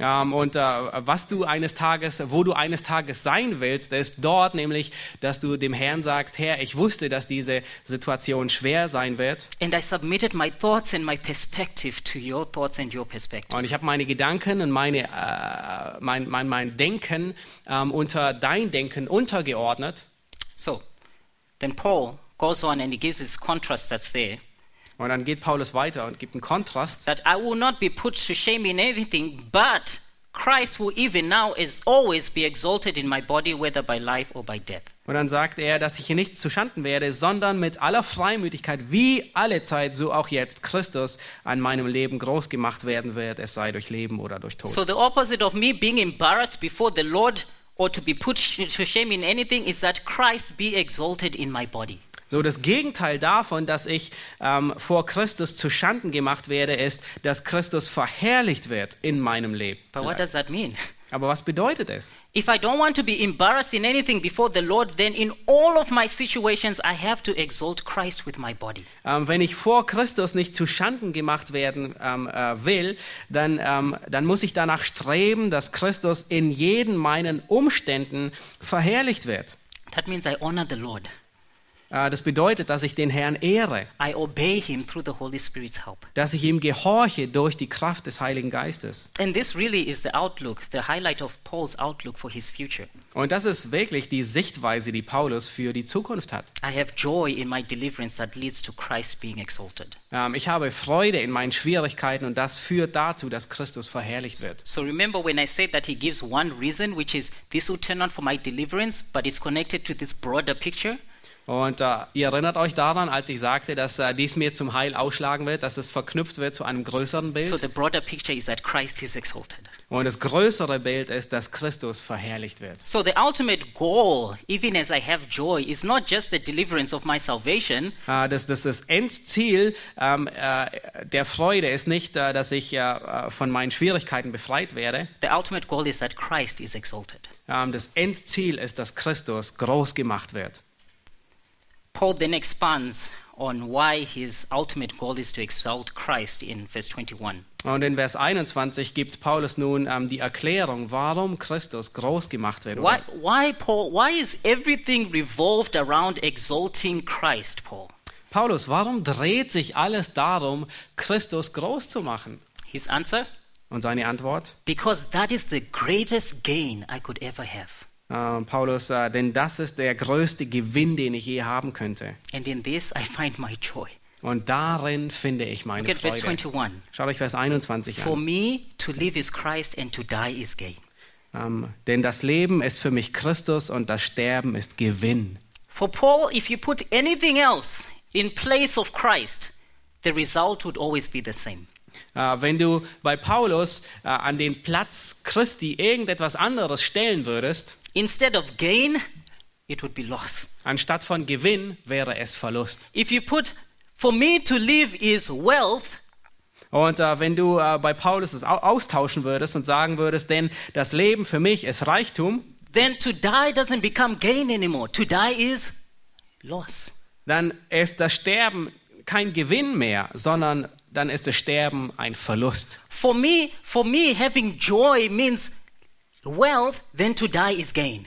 S2: Ähm, und äh, was du eines Tages, wo du eines Tages sein willst, ist dort nämlich, dass du dem Herrn sagst, Herr, ich wusste, dass diese Situation schwer sein wird.
S1: And I submitted my thoughts and my perspective to your thoughts and your perspective.
S2: Und ich habe meine Gedanken und meine, äh, mein, mein, mein Denken ähm, unter dein Denken untergeordnet.
S1: So then Paul goes on and he gives this contrast that's there
S2: Und dann geht Paulus weiter und gibt einen Kontrast.
S1: that I will not be put to shame in anything, but Christ will even now as always be exalted in my body, whether by life or by death.
S2: Und dann sagt er, dass ich hier nichts zu Schanden werde, sondern mit aller Freimütigkeit, wie alle Zeit, so auch jetzt Christus an meinem Leben groß gemacht werden wird, es sei durch Leben oder durch Tod.
S1: So the opposite of me being embarrassed before the Lord or to be put sh- to shame in anything is that Christ be exalted in my body.
S2: So das Gegenteil davon, dass ich ähm, vor Christus zu Schanden gemacht werde, ist, dass Christus verherrlicht wird in meinem Leben.
S1: But what does that mean?
S2: Aber was bedeutet es?
S1: If I don't want to be embarrassed in anything before the Lord, then in all of my situations, I have to exalt Christ with my body.
S2: Ähm, wenn ich vor Christus nicht zu Schanden gemacht werden ähm, äh, will, dann, ähm, dann muss ich danach streben, dass Christus in jeden meinen Umständen verherrlicht wird.
S1: That means I honor the Lord.
S2: Äh, das bedeutet, dass ich den Herrn ehre,
S1: I obey him through the Holy Spirit's help.
S2: dass ich ihm gehorche durch die Kraft des Heiligen Geistes.
S1: And this really is the outlook, the highlight of Paul's outlook for his future.
S2: Und das ist wirklich die Sichtweise, die Paulus für die Zukunft hat.
S1: I have joy in my deliverance that leads to Christ being exalted.
S2: Ähm, ich habe Freude in meinen Schwierigkeiten und das führt dazu, dass Christus verherrlicht wird.
S1: So remember when I said that he gives one reason, which is this will turn out for my deliverance, but it's connected to this broader picture?
S2: Und äh, ihr erinnert euch daran, als ich sagte, dass äh, dies mir zum Heil ausschlagen wird, dass es verknüpft wird zu einem größeren
S1: So
S2: Bild.
S1: the broader picture is that Christ is exalted.
S2: Und das größere Bild ist, dass Christus verherrlicht wird.
S1: So the ultimate goal, even as I have joy, is not just the deliverance of my salvation,
S2: Äh, Das, das, das Endziel ähm, äh, der Freude ist nicht, äh, dass ich äh, äh, von meinen Schwierigkeiten befreit werde.
S1: The ultimate goal is that Christ is exalted.
S2: Ähm, Das Endziel ist, dass Christus groß gemacht wird.
S1: Paul then expands on why his ultimate goal is to exalt Christ in verse 21.
S2: Und in Vers 21 gibt Paulus nun ähm, die Erklärung, warum Christus groß gemacht wird.
S1: Why,
S2: Oder,
S1: why, Paul, why is everything revolved around exalting Christ, Paul?
S2: Paulus, warum dreht sich alles darum, Christus groß zu machen?
S1: His answer?
S2: Und seine Antwort?
S1: Because that is the greatest gain I could ever have.
S2: Ähm, Paulus, äh, denn das ist der größte Gewinn, den ich je haben könnte.
S1: And in this I find my joy.
S2: Und darin finde
S1: Look
S2: ich meine
S1: at verse
S2: Freude.
S1: 21.
S2: Schaut euch Vers 21
S1: For
S2: an.
S1: me, to live is Christ and to die is gain.
S2: Ähm, denn das Leben ist für mich Christus und das Sterben ist Gewinn.
S1: For Paul, if you put anything else in place of Christ, the result would always be the same.
S2: Äh, wenn du bei Paulus äh, an den Platz Christi irgendetwas anderes stellen würdest,
S1: Instead of gain, it would be loss.
S2: Anstatt von Gewinn wäre es Verlust.
S1: If you put, for me to live is wealth,
S2: Und äh, wenn du äh, bei Paulus es au- austauschen würdest und sagen würdest, denn das Leben für mich ist Reichtum,
S1: then to die doesn't become gain anymore. To die is loss.
S2: dann ist das Sterben kein Gewinn mehr, sondern dann ist das Sterben ein Verlust.
S1: For me, for me, having joy means wealth, then to die is gain.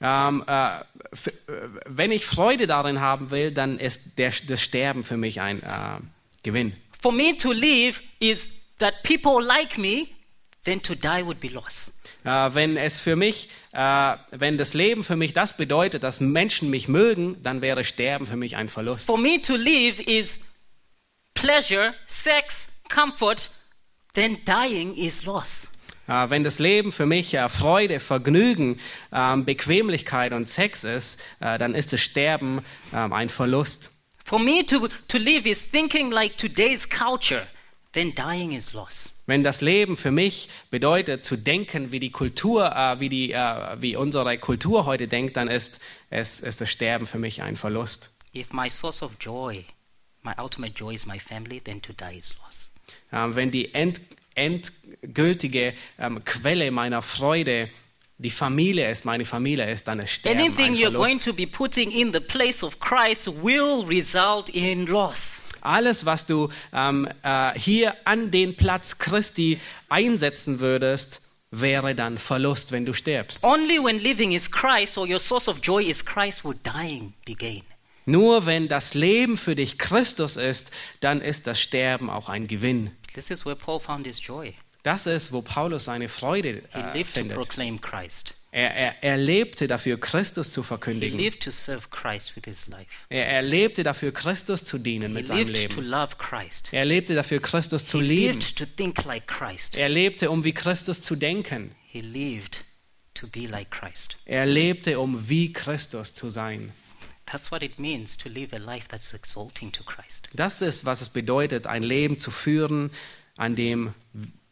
S2: Ähm, äh, f- äh, wenn ich Freude darin haben will, dann ist der, das Sterben für mich ein äh, Gewinn.
S1: For me to live is that people like me, then to die would be loss.
S2: Äh, wenn es für mich, äh, wenn das Leben für mich das bedeutet, dass Menschen mich mögen, dann wäre Sterben für mich ein Verlust.
S1: For me to live is pleasure, sex, comfort, then dying is loss.
S2: Äh, Wenn das Leben für mich äh, Freude, Vergnügen, ähm, Bequemlichkeit und Sex ist, äh, dann ist das Sterben ähm, ein Verlust.
S1: For me to, to live is thinking like today's culture, then dying is loss.
S2: Wenn das Leben für mich bedeutet, zu denken, wie die Kultur, äh, wie, die, äh, wie unsere Kultur heute denkt, dann ist, es, ist das Sterben für mich ein Verlust.
S1: If my source of joy, my ultimate joy is my family, then to die is loss.
S2: Ähm, wenn die end, endgültige ähm, Quelle meiner Freude die Familie ist, meine Familie ist, dann ist Sterben
S1: Anything
S2: ein
S1: you're going
S2: Verlust.
S1: to be putting in the place of Christ will result in loss.
S2: Alles, was du ähm, äh, hier an den Platz Christi einsetzen würdest, wäre dann Verlust, wenn du stirbst.
S1: Only when living is Christ or your source of joy is Christ will dying be gain.
S2: Nur wenn das Leben für dich Christus ist, dann ist das Sterben auch ein Gewinn.
S1: This is where Paul found his joy.
S2: Das ist, wo Paulus seine Freude
S1: He
S2: äh,
S1: lived to
S2: findet.
S1: proclaim Christ.
S2: Er, er, er lebte dafür, Christus zu
S1: He
S2: verkündigen.
S1: lived to serve Christ with his life.
S2: Er, er lebte dafür, Christus zu dienen
S1: He
S2: mit seinem
S1: lived to
S2: Leben.
S1: love Christ.
S2: Er lebte dafür, Christus zu
S1: He
S2: lieben.
S1: lived to think like Christ.
S2: Er lebte, um wie Christus zu denken.
S1: He lived to be like Christ.
S2: Er lebte, um wie Christus zu sein.
S1: That's what it means to live a life that's exalting to Christ.
S2: Das ist, was es bedeutet, ein Leben zu führen, an dem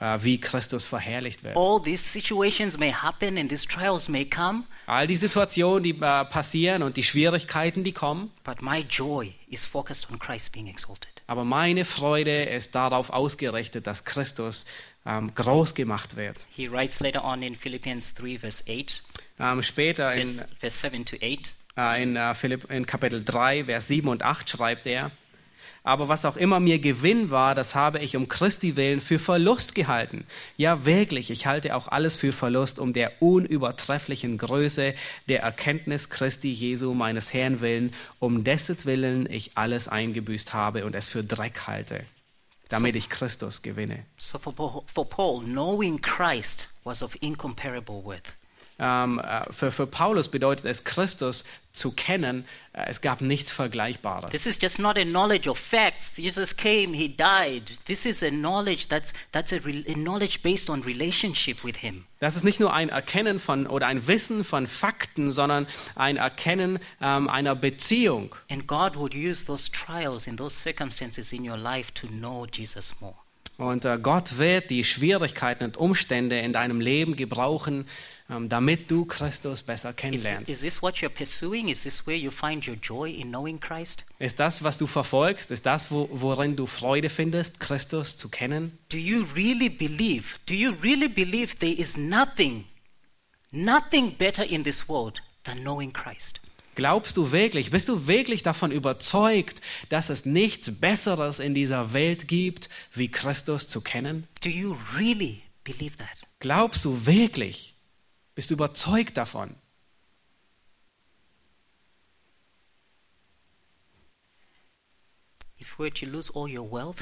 S2: äh, wie Christus verherrlicht wird.
S1: All these situations may happen and these trials may come,
S2: All die Situationen, die äh, passieren und die Schwierigkeiten, die kommen,
S1: but my joy is focused on Christ being exalted.
S2: aber meine Freude ist darauf ausgerichtet, dass Christus ähm, groß gemacht wird.
S1: He writes later on in Philippians 3, verse 8,
S2: Ähm, später in,
S1: verse, verse 7 to 8.
S2: äh, in, äh, Philipp, in Kapitel 3, Vers 7 und 8 schreibt er, aber was auch immer mir Gewinn war, das habe ich um Christi willen für Verlust gehalten. Ja, wirklich, ich halte auch alles für Verlust um der unübertrefflichen Größe der Erkenntnis Christi Jesu meines Herrn willen, um dessen Willen ich alles eingebüßt habe und es für Dreck halte, damit ich Christus gewinne.
S1: So for Paul, for Paul, knowing Christ was of incomparable worth.
S2: Äh, ähm, äh, für, für Paulus bedeutet es, Christus zu kennen. Äh, es gab nichts Vergleichbares.
S1: This is just not a knowledge of facts. Jesus came, he died. This is a knowledge that's, that's a, re- a knowledge based on relationship with him.
S2: Das ist nicht nur ein Erkennen von oder ein Wissen von Fakten, sondern ein Erkennen ähm, einer Beziehung.
S1: And God would use those trials and those circumstances in your life to know Jesus more.
S2: Und äh, Gott wird die Schwierigkeiten und Umstände in deinem Leben gebrauchen, ähm, damit du Christus besser
S1: Is,
S2: kennenlernst.
S1: is this what you're pursuing? Is this where you find your joy in knowing Christ?
S2: Ist das, was du verfolgst, ist das, wo, worin du Freude findest, Christus zu kennen?
S1: Do you really believe? Do you really believe there is nothing, nothing better in this world than knowing Christ?
S2: Glaubst du wirklich, bist du wirklich davon überzeugt, dass es nichts Besseres in dieser Welt gibt, wie Christus zu kennen?
S1: Do you really believe that?
S2: Glaubst du wirklich, bist du überzeugt davon?
S1: If you were to lose all your wealth,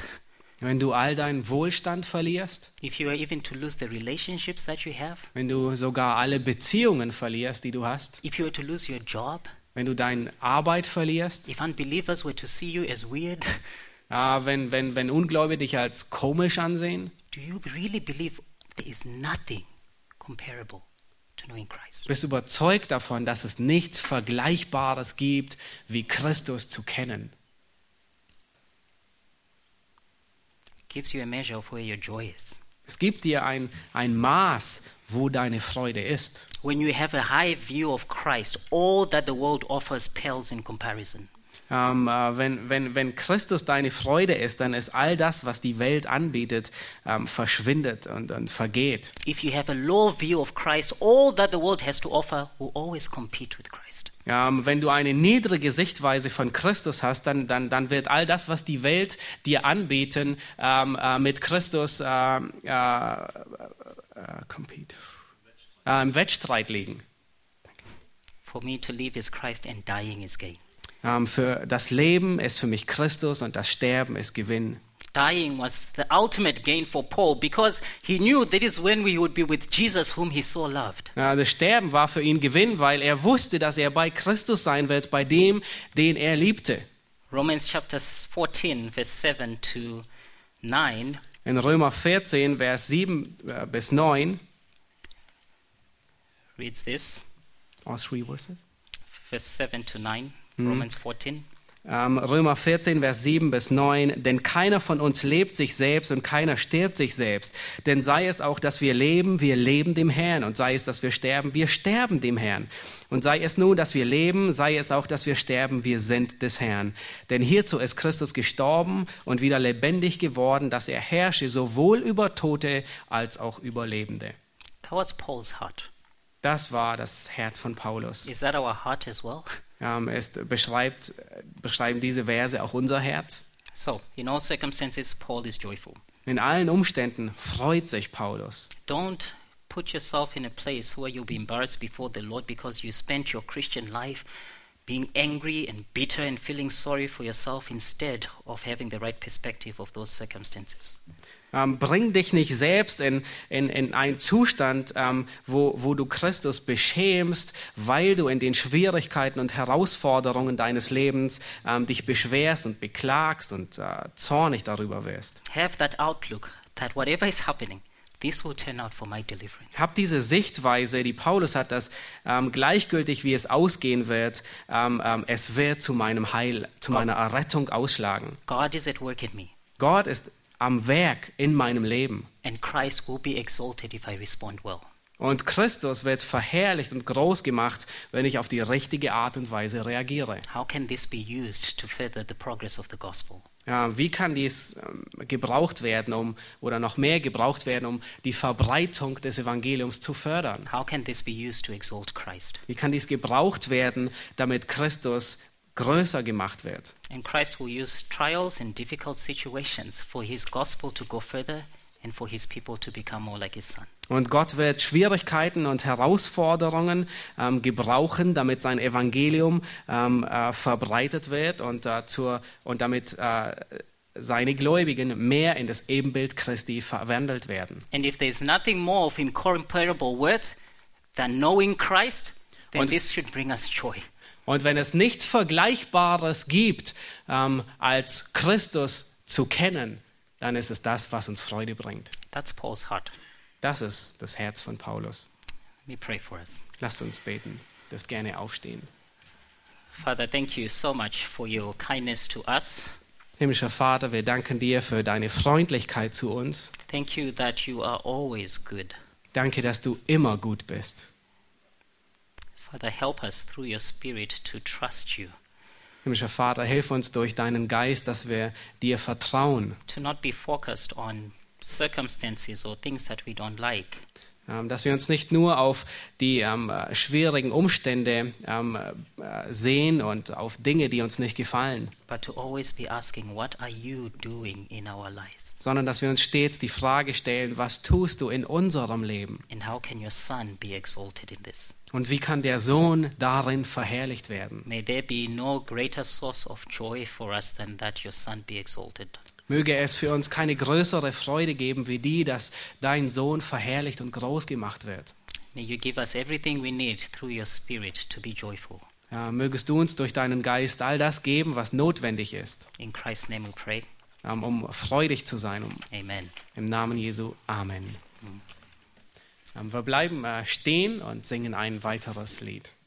S2: Wenn du all deinen Wohlstand verlierst,
S1: if you were even to lose the relationships that you have,
S2: wenn du sogar alle Beziehungen verlierst, die du hast,
S1: if you were to lose your job,
S2: wenn du deine Arbeit verlierst,
S1: if unbelievers were to see you as weird,
S2: ah, wenn, wenn, wenn Ungläubige dich als komisch ansehen,
S1: do you really believe there is nothing comparable to knowing Christ?
S2: bist du überzeugt davon, dass es nichts Vergleichbares gibt, wie Christus zu kennen.
S1: gives you a measure of where your joy is.
S2: Es gibt dir ein, ein Maß, wo deine Freude ist.
S1: When you have a high view of Christ, all that the world offers pales in comparison.
S2: Ähm, äh, wenn, wenn, wenn Christus deine Freude ist, dann ist all das, was die Welt anbietet, ähm, verschwindet und, und vergeht.
S1: If you have a low view of Christ, all that the world has to offer will always compete with Christ.
S2: Ähm, wenn du eine niedrige Sichtweise von Christus hast, dann, dann, dann wird all das, was die Welt dir anbieten, ähm, äh, mit Christus ähm, äh, äh, äh, compete. Äh, im Wettstreit liegen.
S1: For me to live is Christ and dying is gain.
S2: Ähm, für das Leben ist für mich Christus und das Sterben ist Gewinn.
S1: Dying was the ultimate gain for Paul because he knew that is when we would be with Jesus, whom he so loved.
S2: Ja, Äh, das Sterben war für ihn Gewinn, weil er wusste, dass er bei Christus sein wird, bei dem, den er liebte.
S1: Romans chapter 14, verse 7 to 9.
S2: In Römer 14, Vers 7 äh, bis 9,
S1: reads this,
S2: all three verses.
S1: verse 7 to 9, Romans 14.
S2: Ähm, Römer 14, Vers 7 bis 9. Denn keiner von uns lebt sich selbst und keiner stirbt sich selbst. Denn sei es auch, dass wir leben, wir leben dem Herrn. Und sei es, dass wir sterben, wir sterben dem Herrn. Und sei es nun, dass wir leben, sei es auch, dass wir sterben, wir sind des Herrn. Denn hierzu ist Christus gestorben und wieder lebendig geworden, dass er herrsche sowohl über Tote als auch über Lebende.
S1: That was Paul's heart.
S2: Das war das Herz von Paulus.
S1: Is that our heart as well?
S2: Ähm, es beschreibt, beschreiben diese Verse auch unser Herz.
S1: So, in all circumstances, Paul is joyful.
S2: In allen Umständen freut sich Paulus.
S1: Don't put yourself in a place where you'll be embarrassed before the Lord because you spent your Christian life being angry and bitter and feeling sorry for yourself instead of having the right perspective of those circumstances.
S2: Ähm, bring dich nicht selbst in, in, in einen Zustand, ähm, wo, wo du Christus beschämst, weil du in den Schwierigkeiten und Herausforderungen deines Lebens ähm, dich beschwerst und beklagst und äh, zornig darüber wirst.
S1: Have that outlook that whatever is happening, this will turn out for my deliverance.
S2: Hab diese Sichtweise, die Paulus hat, dass ähm, gleichgültig wie es ausgehen wird, ähm, ähm, es wird zu meinem Heil, zu meiner Errettung ausschlagen.
S1: God is at work in me,
S2: Gott ist am Werk in meinem Leben.
S1: and Christ will be exalted if I respond well.
S2: Und Christus wird verherrlicht und groß gemacht, wenn ich auf die richtige Art und Weise reagiere.
S1: How can this be used to further the progress of the gospel?
S2: Ja, wie kann dies ähm, gebraucht werden, um oder noch mehr gebraucht werden, um die Verbreitung des Evangeliums zu fördern?
S1: How can this be used to exalt Christ?
S2: Wie kann dies gebraucht werden, damit Christus größer gemacht wird?
S1: And Christ will use trials and difficult situations for his gospel to go further and for his people to become more like his son.
S2: Und Gott wird Schwierigkeiten und Herausforderungen ähm, gebrauchen, damit sein Evangelium ähm, äh, verbreitet wird und, äh, zur, und damit äh, seine Gläubigen mehr in das Ebenbild Christi verwandelt werden.
S1: And if there's nothing more of incomparable worth, than knowing Christ, then
S2: Und-
S1: this should bring us joy.
S2: Und wenn es nichts Vergleichbares gibt, ähm, als Christus zu kennen, dann ist es das, was uns Freude bringt.
S1: That's Paul's heart.
S2: Das ist das Herz von Paulus.
S1: Let me pray for us.
S2: Lasst uns beten. Dürft gerne aufstehen.
S1: Father, thank you so much for your kindness to us.
S2: Himmlischer Vater, wir danken dir für deine Freundlichkeit zu uns.
S1: Thank you that you are always good.
S2: Danke, dass du immer gut bist.
S1: Father, help us through your Spirit to trust you,
S2: Himmlischer Vater, hilf uns durch deinen Geist, dass wir dir vertrauen,
S1: to not be focused on circumstances or things that we don't like,
S2: ähm, dass wir uns nicht nur auf die ähm, äh, schwierigen Umstände ähm, äh, sehen und auf Dinge, die uns nicht gefallen,
S1: but to always be asking, What are you doing in our lives?
S2: sondern dass wir uns stets die Frage stellen, was tust du in unserem Leben
S1: And how can your Son be exalted in this?
S2: und wie kann der Sohn darin verherrlicht werden?
S1: May there be no greater source of joy for us than that your Son be exalted.
S2: Möge es für uns keine größere Freude geben wie die, dass dein Sohn verherrlicht und groß gemacht wird.
S1: May you give us everything we need through your Spirit to be joyful.
S2: Ja, mögest du uns durch deinen Geist all das geben, was notwendig ist,
S1: In Christ's name we pray.
S2: ähm, um freudig zu sein, um
S1: Amen.
S2: Im Namen Jesu. Amen. Ähm, Wir bleiben äh, stehen und singen ein weiteres Lied.